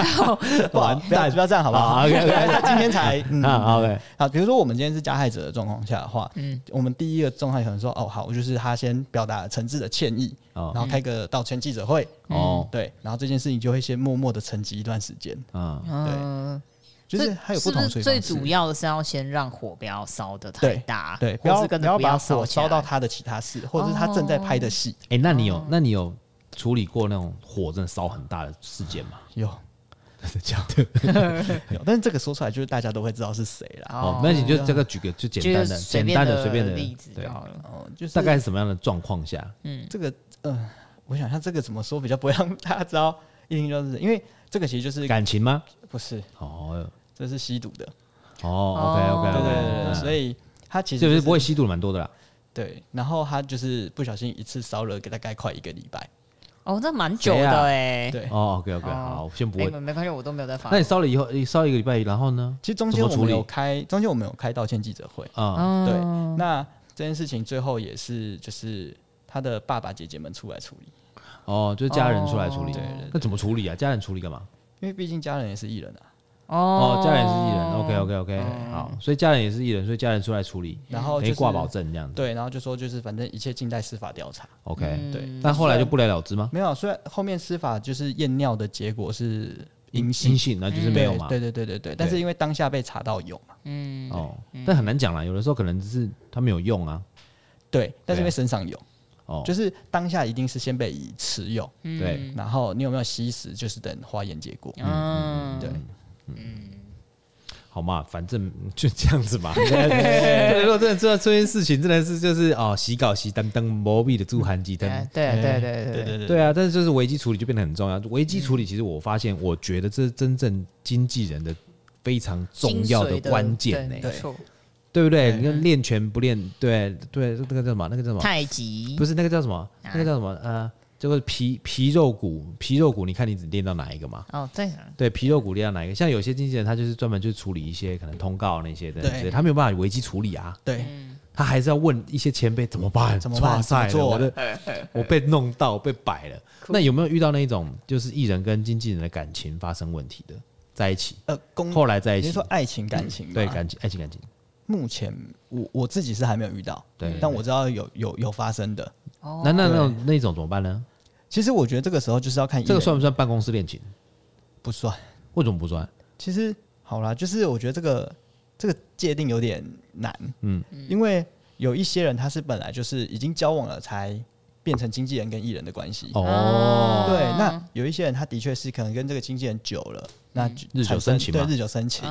[SPEAKER 3] 不好，不要不要这样好不好？
[SPEAKER 1] 好，OK，OK
[SPEAKER 3] 他今天才嗯
[SPEAKER 1] 啊 OK，
[SPEAKER 3] 好，比如说我们今天是加害者的状况下的话，
[SPEAKER 2] 嗯
[SPEAKER 3] 嗯，我们第一个状态可能说，哦，好，我就是他先表达诚挚的歉意，
[SPEAKER 1] 哦
[SPEAKER 3] 然后开个道歉记者会，
[SPEAKER 1] 哦，
[SPEAKER 3] 对，然后这件事情就会先默默的沉寂一段时间，
[SPEAKER 1] 嗯，
[SPEAKER 2] 嗯，
[SPEAKER 3] 就是
[SPEAKER 2] 所以
[SPEAKER 3] 还有不同
[SPEAKER 2] 是
[SPEAKER 3] 的
[SPEAKER 2] 不
[SPEAKER 3] 处
[SPEAKER 2] 是
[SPEAKER 3] 理
[SPEAKER 2] 最
[SPEAKER 3] 方式
[SPEAKER 2] 主要的啊是要先让火不要烧的太
[SPEAKER 3] 对
[SPEAKER 2] 大，
[SPEAKER 3] 对，不
[SPEAKER 2] 或
[SPEAKER 3] 要
[SPEAKER 2] 是根
[SPEAKER 3] 不
[SPEAKER 2] 本
[SPEAKER 3] 要
[SPEAKER 2] 不
[SPEAKER 3] 把
[SPEAKER 2] 烧
[SPEAKER 3] 火
[SPEAKER 2] 起来
[SPEAKER 3] 烧到他的其他事，或者是他正在拍的戏，
[SPEAKER 1] 哎，那你有那你有处理过那种火真的烧很大的事件吗？
[SPEAKER 3] 有
[SPEAKER 1] 假的？
[SPEAKER 3] 有，但是这个说出来就是大家都会知道是谁啦，
[SPEAKER 1] 哦，那你就这个举个就简
[SPEAKER 2] 就
[SPEAKER 1] 单
[SPEAKER 2] 是
[SPEAKER 1] 的、
[SPEAKER 2] 随
[SPEAKER 1] 简
[SPEAKER 2] 便
[SPEAKER 1] 单的、随便的
[SPEAKER 2] 例子
[SPEAKER 1] 对
[SPEAKER 2] 就，好了。
[SPEAKER 3] 哦，就是
[SPEAKER 1] 大概是什么样的状况下？
[SPEAKER 3] 这个，嗯，我想一下这个怎么说比较不会让大家知道，一听就是因为这个其实就是
[SPEAKER 1] 感情吗？
[SPEAKER 3] 不是，
[SPEAKER 1] 哦
[SPEAKER 3] 这是吸毒的，
[SPEAKER 1] 哦，OK
[SPEAKER 3] 对
[SPEAKER 1] OK
[SPEAKER 3] 对
[SPEAKER 1] OK，
[SPEAKER 3] 对对，所
[SPEAKER 1] 以
[SPEAKER 3] 以他其实
[SPEAKER 1] 就是是不会吸毒的蛮多的啦。
[SPEAKER 3] 对，然后他就是不小心一次烧了大概快一个礼拜，
[SPEAKER 2] 哦，那蛮久
[SPEAKER 1] 谁啊
[SPEAKER 2] 的哎、
[SPEAKER 3] 对，
[SPEAKER 1] 哦，OK OK，
[SPEAKER 2] 哦
[SPEAKER 1] 好，先不
[SPEAKER 2] 哎、
[SPEAKER 1] 问。
[SPEAKER 2] 没没关系，我都没有在发。
[SPEAKER 1] 那你烧了以后，烧一个礼拜，然后呢？
[SPEAKER 3] 其实中
[SPEAKER 1] 怎
[SPEAKER 3] 间
[SPEAKER 1] 么
[SPEAKER 3] 我
[SPEAKER 1] 处
[SPEAKER 3] 们
[SPEAKER 1] 理
[SPEAKER 3] 有开，中间我们有开道歉记者会，
[SPEAKER 1] 啊，
[SPEAKER 2] 嗯，
[SPEAKER 3] 对，那这件事情最后也是就是他的爸爸姐姐们出来处理，
[SPEAKER 1] 哦，就是家人出来处理
[SPEAKER 2] 对
[SPEAKER 3] 对对，
[SPEAKER 1] 那怎么处理啊？家人处理干嘛？
[SPEAKER 3] 因为毕竟家人也是艺人啊，
[SPEAKER 1] 哦
[SPEAKER 2] 哦，，
[SPEAKER 1] 家人也是艺人，OK OK OK，好，所以家人也是艺人，所以家人出来处理，
[SPEAKER 3] 然后
[SPEAKER 1] 可
[SPEAKER 3] 哦就
[SPEAKER 1] 以嗯
[SPEAKER 3] 是
[SPEAKER 1] 挂保证这样子
[SPEAKER 3] 对，然后就说就是反正一切静待司法调查，
[SPEAKER 2] 嗯
[SPEAKER 1] ，OK。
[SPEAKER 3] 对，
[SPEAKER 1] 但后
[SPEAKER 2] 啊
[SPEAKER 1] 来就不了了之吗？
[SPEAKER 3] 没有，啊虽然后面司法就是验尿的结果是
[SPEAKER 1] 阴
[SPEAKER 3] 阴
[SPEAKER 1] 性，
[SPEAKER 3] 性，
[SPEAKER 1] 那
[SPEAKER 2] 嗯
[SPEAKER 1] 就是没有嘛。
[SPEAKER 3] 对对对对对，但是因为当下被查到有嘛，
[SPEAKER 1] 哦，
[SPEAKER 2] 嗯
[SPEAKER 1] 但很难讲啦，有的时候可能只是他没有用啊。
[SPEAKER 3] 对，但是因为身上有，
[SPEAKER 1] 哦，
[SPEAKER 3] 就是当下一定是先被以持有，
[SPEAKER 1] 对，
[SPEAKER 3] 然后你有没有吸食，就是等化验结果。
[SPEAKER 2] 嗯，
[SPEAKER 3] 对，
[SPEAKER 1] 好嘛，反正嗯就这样 子嘛。对如果真的做到这件事情，真的是就是哦，洗稿洗单灯，磨壁的助寒鸡灯。
[SPEAKER 2] 对啊对对对对对，
[SPEAKER 3] 对
[SPEAKER 1] 对啊，但是就是危机处理就变得很重要。危机处
[SPEAKER 2] 嗯
[SPEAKER 1] 理其实我发现，我觉得这是真正经纪人的非常重要
[SPEAKER 2] 精髓的
[SPEAKER 1] 关键呢、
[SPEAKER 2] 对没错，
[SPEAKER 1] 对不对？
[SPEAKER 3] 对
[SPEAKER 1] 你看练拳不练，对对，那个叫什么？那个叫什么？
[SPEAKER 2] 太极
[SPEAKER 1] 不是那个叫什么？那个叫什么？呃，就是皮皮肉骨，皮肉骨，你看你只练到哪一个嘛？
[SPEAKER 2] 哦，对，
[SPEAKER 1] 对皮肉骨练到哪一个？像有些经纪人，他就是专门去处理一些可能通告那些的，
[SPEAKER 3] 对
[SPEAKER 1] 对，他没有办法危机处理啊，
[SPEAKER 3] 对
[SPEAKER 1] 他还是要问一些前辈怎么办？
[SPEAKER 3] 怎么办
[SPEAKER 1] 哇塞
[SPEAKER 3] 怎么做
[SPEAKER 1] 我的 我被弄到被摆了。那有没有遇到那一种就是艺人跟经纪人的感情发生问题的，在一起，
[SPEAKER 3] 呃，公
[SPEAKER 1] 后来在一
[SPEAKER 3] 你是
[SPEAKER 1] 起
[SPEAKER 3] 说，啊爱情感情吗
[SPEAKER 1] 对感情爱情感情，
[SPEAKER 3] 目前我我自己是还没有遇到，
[SPEAKER 1] 对
[SPEAKER 3] 嗯但我知道有有有发生的。
[SPEAKER 2] 哦
[SPEAKER 1] 那那那种那种怎么办呢？
[SPEAKER 3] 其实我觉得这个时候就是要看
[SPEAKER 1] 这个
[SPEAKER 3] 艺人
[SPEAKER 1] 算不算办公室恋情？
[SPEAKER 3] 不算？
[SPEAKER 1] 为什么不算？
[SPEAKER 3] 其实好啦，就是我觉得这个这个界定有点难，
[SPEAKER 1] 嗯
[SPEAKER 3] 嗯，因为有一些人他是本来就是已经交往了才变成经纪人跟艺人的关系，
[SPEAKER 1] 哦，
[SPEAKER 3] 对，那有一些人他的确是可能跟这个经纪人久了，那就
[SPEAKER 1] 日久生
[SPEAKER 3] 产生
[SPEAKER 1] 情
[SPEAKER 3] 对
[SPEAKER 1] 嘛
[SPEAKER 3] 日久生情，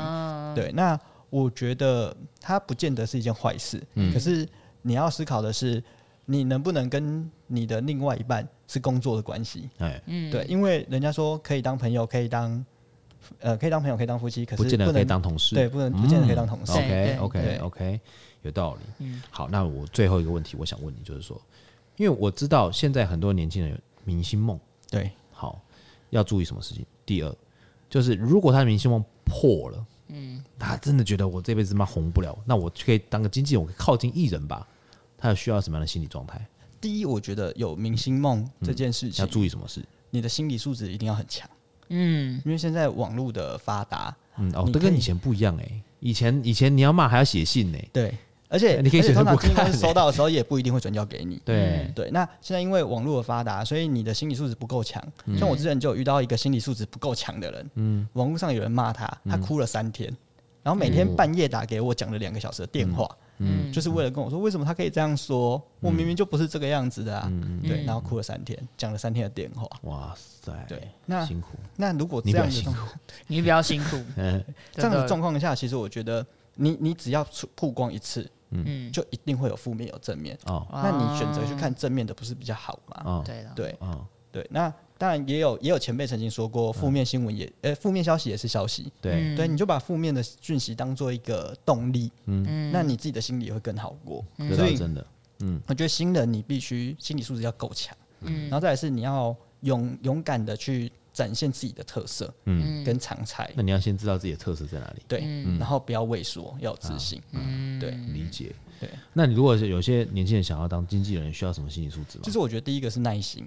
[SPEAKER 3] 对。那我觉得它不见得是一件坏事，
[SPEAKER 1] 嗯
[SPEAKER 3] 可是你要思考的是，你能不能跟你的另外一半是工作的关系？
[SPEAKER 1] 哎，
[SPEAKER 2] 嗯
[SPEAKER 3] 对，因为人家说可以当朋友，可以当呃，可以当朋友，可以当夫妻，可
[SPEAKER 1] 不
[SPEAKER 3] 是
[SPEAKER 1] 见得可以
[SPEAKER 3] 能
[SPEAKER 1] 当同事，哦嗯
[SPEAKER 3] 对，不能不见得可以当同事。
[SPEAKER 1] OK
[SPEAKER 2] 对
[SPEAKER 1] OK
[SPEAKER 3] 对嗯
[SPEAKER 1] OK，有道理。好，那我最后一个问题，我想问你，就是说，因为我知道现在很多年轻人有明星梦，
[SPEAKER 3] 对，
[SPEAKER 1] 好，要注意什么事情？第二，就是如果他的明星梦破了，嗯，他真的觉得我这辈子妈红不了，那我可以当个经纪人，我可以靠近艺人吧？他有需要什么样的心理状态？
[SPEAKER 3] 第一，我觉得有明星梦这件事情，
[SPEAKER 1] 嗯要注意什么事？
[SPEAKER 3] 你的心理素质一定要很强，
[SPEAKER 2] 嗯，
[SPEAKER 3] 因为现在网络的发达，
[SPEAKER 1] 嗯，哦
[SPEAKER 3] 你，
[SPEAKER 1] 这
[SPEAKER 3] 可
[SPEAKER 1] 跟
[SPEAKER 3] 以
[SPEAKER 1] 以前不一样哎、以前以前你要骂还要写信欸呢、
[SPEAKER 3] 对，而且
[SPEAKER 1] 你可以
[SPEAKER 3] 而且
[SPEAKER 1] 选择
[SPEAKER 3] 通常
[SPEAKER 1] 不
[SPEAKER 3] 经纪
[SPEAKER 1] 看
[SPEAKER 3] 公司收到的时候也不一定会转交给你。
[SPEAKER 1] 对，
[SPEAKER 3] 对，那现在因为网络的发达，所以你的心理素质不够强。
[SPEAKER 1] 嗯
[SPEAKER 3] 像我之前就有遇到一个心理素质不够强的人，嗯，网络上有人骂他，
[SPEAKER 1] 嗯
[SPEAKER 3] 他哭了三天，然后每
[SPEAKER 1] 哦
[SPEAKER 3] 天半夜打给我讲了两个小时的电话，嗯，就是为了跟我说为什么他可以这样说，
[SPEAKER 1] 嗯
[SPEAKER 3] 我明明就不是这个样子的啊，对，然后哭了三天，讲了三天的电话。
[SPEAKER 1] 哇塞，
[SPEAKER 3] 对，那
[SPEAKER 1] 哎辛苦，
[SPEAKER 3] 那如果
[SPEAKER 1] 你比
[SPEAKER 3] 这
[SPEAKER 1] 较
[SPEAKER 3] 样的
[SPEAKER 1] 辛
[SPEAKER 3] 状
[SPEAKER 1] 苦，
[SPEAKER 2] 你比较辛苦，
[SPEAKER 1] 嗯，
[SPEAKER 3] 这
[SPEAKER 2] 真
[SPEAKER 3] 样的
[SPEAKER 2] 的
[SPEAKER 3] 状况下，其实我觉得你你只要出曝光一次，
[SPEAKER 2] 嗯，
[SPEAKER 3] 就一定会有负面有正面。
[SPEAKER 1] 哦
[SPEAKER 3] 那你选择去看正面的，不是比较好吗？
[SPEAKER 1] 哦，
[SPEAKER 2] 对了，
[SPEAKER 3] 对
[SPEAKER 1] 哦。
[SPEAKER 3] 对，那当然也有也有前辈曾经说过，负面新闻也呃负、面消息也是消息，
[SPEAKER 1] 对，
[SPEAKER 2] 嗯
[SPEAKER 3] 对，你就把负面的讯息当做一个动力，嗯，那你自己的心理也会更好过。
[SPEAKER 1] 这
[SPEAKER 3] 所
[SPEAKER 1] 倒
[SPEAKER 3] 以
[SPEAKER 1] 是真的，
[SPEAKER 3] 我觉得新人你必须心理素质要够强，嗯，然后再来是你要勇勇敢的去展现自己的特色，
[SPEAKER 1] 嗯
[SPEAKER 3] 嗯，跟长才，
[SPEAKER 1] 那你要先知道自己的特色在哪里，
[SPEAKER 3] 对，然后不要畏缩，要有自信，嗯，对。
[SPEAKER 1] 理解。
[SPEAKER 3] 对，
[SPEAKER 1] 那你如果是有些年轻人想要当经纪人，需要什么心理素质吗
[SPEAKER 3] 就？是我觉得第一个是耐心，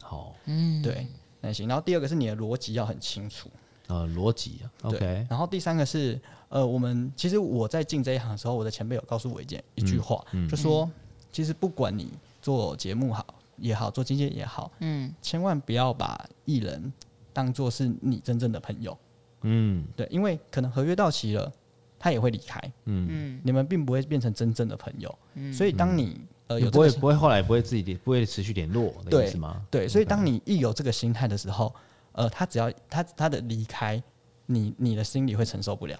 [SPEAKER 1] 好，
[SPEAKER 3] 对，耐心。然后第二个是你的逻辑要很清楚，
[SPEAKER 1] 呃，逻辑啊
[SPEAKER 3] 对。
[SPEAKER 1] ，OK，
[SPEAKER 3] 然后第三个是，呃，我们其实我在进这一行的时候，我的前辈有告诉我一件一句话，
[SPEAKER 1] 嗯
[SPEAKER 3] 就说，其实不管你做节目好也好，做经纪人也好，
[SPEAKER 2] 嗯，
[SPEAKER 3] 千万不要把艺人当做是你真正的朋友，
[SPEAKER 1] 嗯
[SPEAKER 3] 对，因为可能合约到期了，他也会离开，
[SPEAKER 1] 嗯，
[SPEAKER 2] 嗯
[SPEAKER 3] 你们并不会变成真正的朋友。所以当你呃
[SPEAKER 1] 你
[SPEAKER 3] 有
[SPEAKER 1] 不
[SPEAKER 3] 这个
[SPEAKER 1] 会
[SPEAKER 3] 心
[SPEAKER 1] 嗯不会后来不会自己联不会持续联络的意
[SPEAKER 3] 对
[SPEAKER 1] 思吗？
[SPEAKER 3] 对，所以当
[SPEAKER 1] 嗯
[SPEAKER 3] 你一有这个心态的时候，呃，他只要他他的离开，你你的心里会承受不了，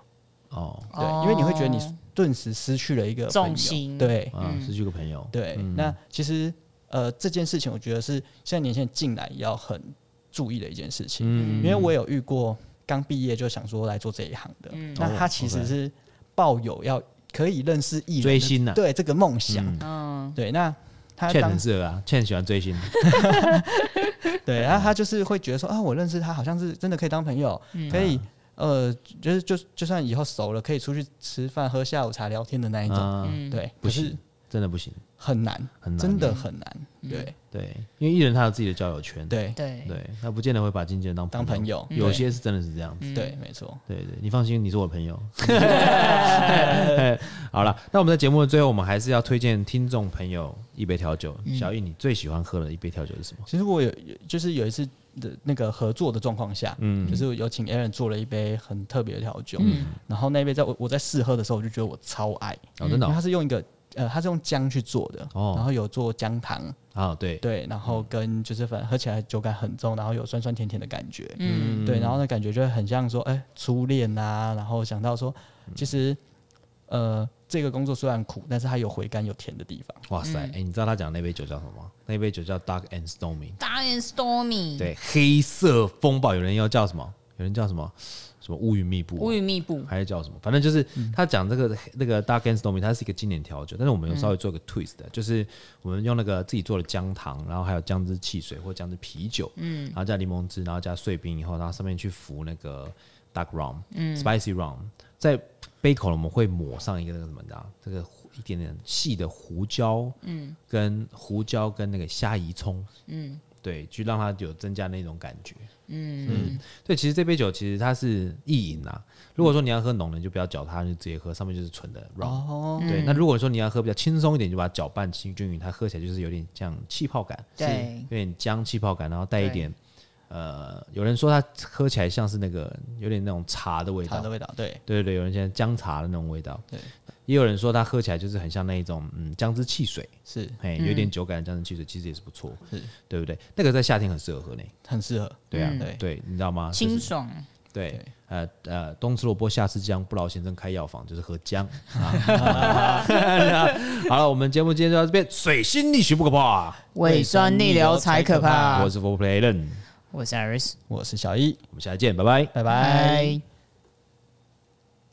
[SPEAKER 1] 哦，
[SPEAKER 3] 对，因为你会觉得你顿时失去了一个
[SPEAKER 2] 哦重
[SPEAKER 3] 朋友
[SPEAKER 2] 心
[SPEAKER 3] 对
[SPEAKER 1] 啊，失去个朋友，
[SPEAKER 3] 对。那其实呃这件事情，我觉得是现在年轻人进来要很注意的一件事情，
[SPEAKER 1] 嗯
[SPEAKER 3] 因为我有遇过刚毕业就想说来做这一行的，
[SPEAKER 2] 嗯
[SPEAKER 3] 那
[SPEAKER 1] 哦
[SPEAKER 3] 他其实
[SPEAKER 1] OK
[SPEAKER 3] 是抱有要可以认识艺人
[SPEAKER 1] 追
[SPEAKER 3] 的
[SPEAKER 1] 星呐啊
[SPEAKER 3] 对这个梦想，
[SPEAKER 2] 嗯
[SPEAKER 3] 对，那他
[SPEAKER 1] 倩
[SPEAKER 3] 当
[SPEAKER 1] 很适合啊倩喜欢追星，
[SPEAKER 3] 对，然后他就是会觉得说啊，我认识他好像是真的可以当朋友，
[SPEAKER 2] 嗯
[SPEAKER 3] 可以呃，就是就就算以后熟了，可以出去吃饭、喝下午茶、聊天的那一种。
[SPEAKER 2] 嗯
[SPEAKER 1] 啊，
[SPEAKER 3] 对，
[SPEAKER 1] 不
[SPEAKER 3] 嗯可是
[SPEAKER 1] 行，真的不行，
[SPEAKER 3] 很难，
[SPEAKER 1] 很难
[SPEAKER 3] 真的很难。对
[SPEAKER 1] 对，因为艺人他有自己的交友圈，
[SPEAKER 3] 对
[SPEAKER 2] 对
[SPEAKER 1] 对，他不见得会把经纪人当
[SPEAKER 3] 当朋友
[SPEAKER 1] 有
[SPEAKER 3] 对嗯
[SPEAKER 1] 些是真的是这样子。
[SPEAKER 3] 对，没错。
[SPEAKER 1] 对对，你放心，你是我的朋友。好了，那我们在节目的最后，我们还是要推荐听众朋友一杯调酒。小易，你最喜欢喝的一杯调酒是什么？
[SPEAKER 3] 其实我有就是有一次的那个合作的状况下，嗯，就是有请 Aaron 做了一杯很特别的调酒，然后那一杯在我我在试喝的时候，我就觉得我超爱，
[SPEAKER 1] 哦，真
[SPEAKER 3] 因
[SPEAKER 1] 的
[SPEAKER 3] 为它
[SPEAKER 1] 哦
[SPEAKER 3] 是用一个呃，它是用姜去做的，
[SPEAKER 1] 哦
[SPEAKER 3] 然后有做姜糖，
[SPEAKER 1] 啊，对，
[SPEAKER 3] 对，然后跟就是反正喝起来酒感很重，然后有酸酸甜甜的感觉，嗯，对，然后那感觉就会很像说，哎、初恋啊，然后想到说，其实，呃，这个工作虽然苦，但是它有回甘有甜的地方，
[SPEAKER 1] 哇塞，哎，你知道他讲的那杯酒叫什么吗？那杯酒叫 Dark and Stormy，
[SPEAKER 2] ，Dark and Stormy，，
[SPEAKER 1] 对，黑色风暴。有人要叫什么？有人叫什么？什么乌云密布？啊
[SPEAKER 2] 乌云密布，
[SPEAKER 1] 还是叫什么？反正就是他讲这个那个 Dark and Stormy，它是一个经典调酒，但是我们有稍微做一个 twist，的、就是我们用那个自己做的姜糖，然后还有姜汁汽水或姜汁啤酒，嗯，然后加柠檬汁，然后加碎冰以后，然后上面去浮那个 Dark Rum，嗯，Spicy Rum，在杯口我们会抹上一个那个什么的，这个一点点细的胡椒，嗯，跟胡椒跟那个虾夷葱，嗯，对，去让它有增加那种感觉。
[SPEAKER 2] 嗯
[SPEAKER 1] 对，其实这杯酒其实它是意饮啊。如果说你要喝浓的，你就不要搅它，你就直接喝，上面就是纯的 rum。
[SPEAKER 3] 哦，
[SPEAKER 2] 嗯
[SPEAKER 1] 对，那如果说你要喝比较轻松一点，你就把它搅拌均均匀，它喝起来就是有点像气泡感，
[SPEAKER 3] 嗯
[SPEAKER 2] 对
[SPEAKER 1] 有点姜气泡感，然后带一点呃，有人说它喝起来像是那个有点那种茶的味
[SPEAKER 3] 茶
[SPEAKER 1] 道
[SPEAKER 3] 的，味道，对，
[SPEAKER 1] 对对对，有人现在姜茶的那种味道，
[SPEAKER 3] 对，
[SPEAKER 1] 也有人说它喝起来就是很像那一种嗯姜汁汽水，
[SPEAKER 3] 是
[SPEAKER 1] 嘿，有点酒感的姜汁汽水，其实也是不错，
[SPEAKER 3] 嗯是
[SPEAKER 1] 对不对？那个在夏天很适合喝呢，
[SPEAKER 3] 很适合，
[SPEAKER 1] 对啊，
[SPEAKER 3] 对
[SPEAKER 1] 对，你知道吗？就是
[SPEAKER 2] 清爽，
[SPEAKER 1] 对
[SPEAKER 3] 对，
[SPEAKER 1] 呃呃，冬吃萝卜夏吃姜，不劳先生开药房就是喝姜啊。 好了，我们节目今天就到这边，水星逆行不可怕，
[SPEAKER 2] 胃酸逆流才可怕
[SPEAKER 1] 我。是 For Play 人，
[SPEAKER 2] 我是 Iris，
[SPEAKER 3] 我是小易，
[SPEAKER 1] 我们下次见，拜拜。
[SPEAKER 3] 拜拜。
[SPEAKER 2] 拜。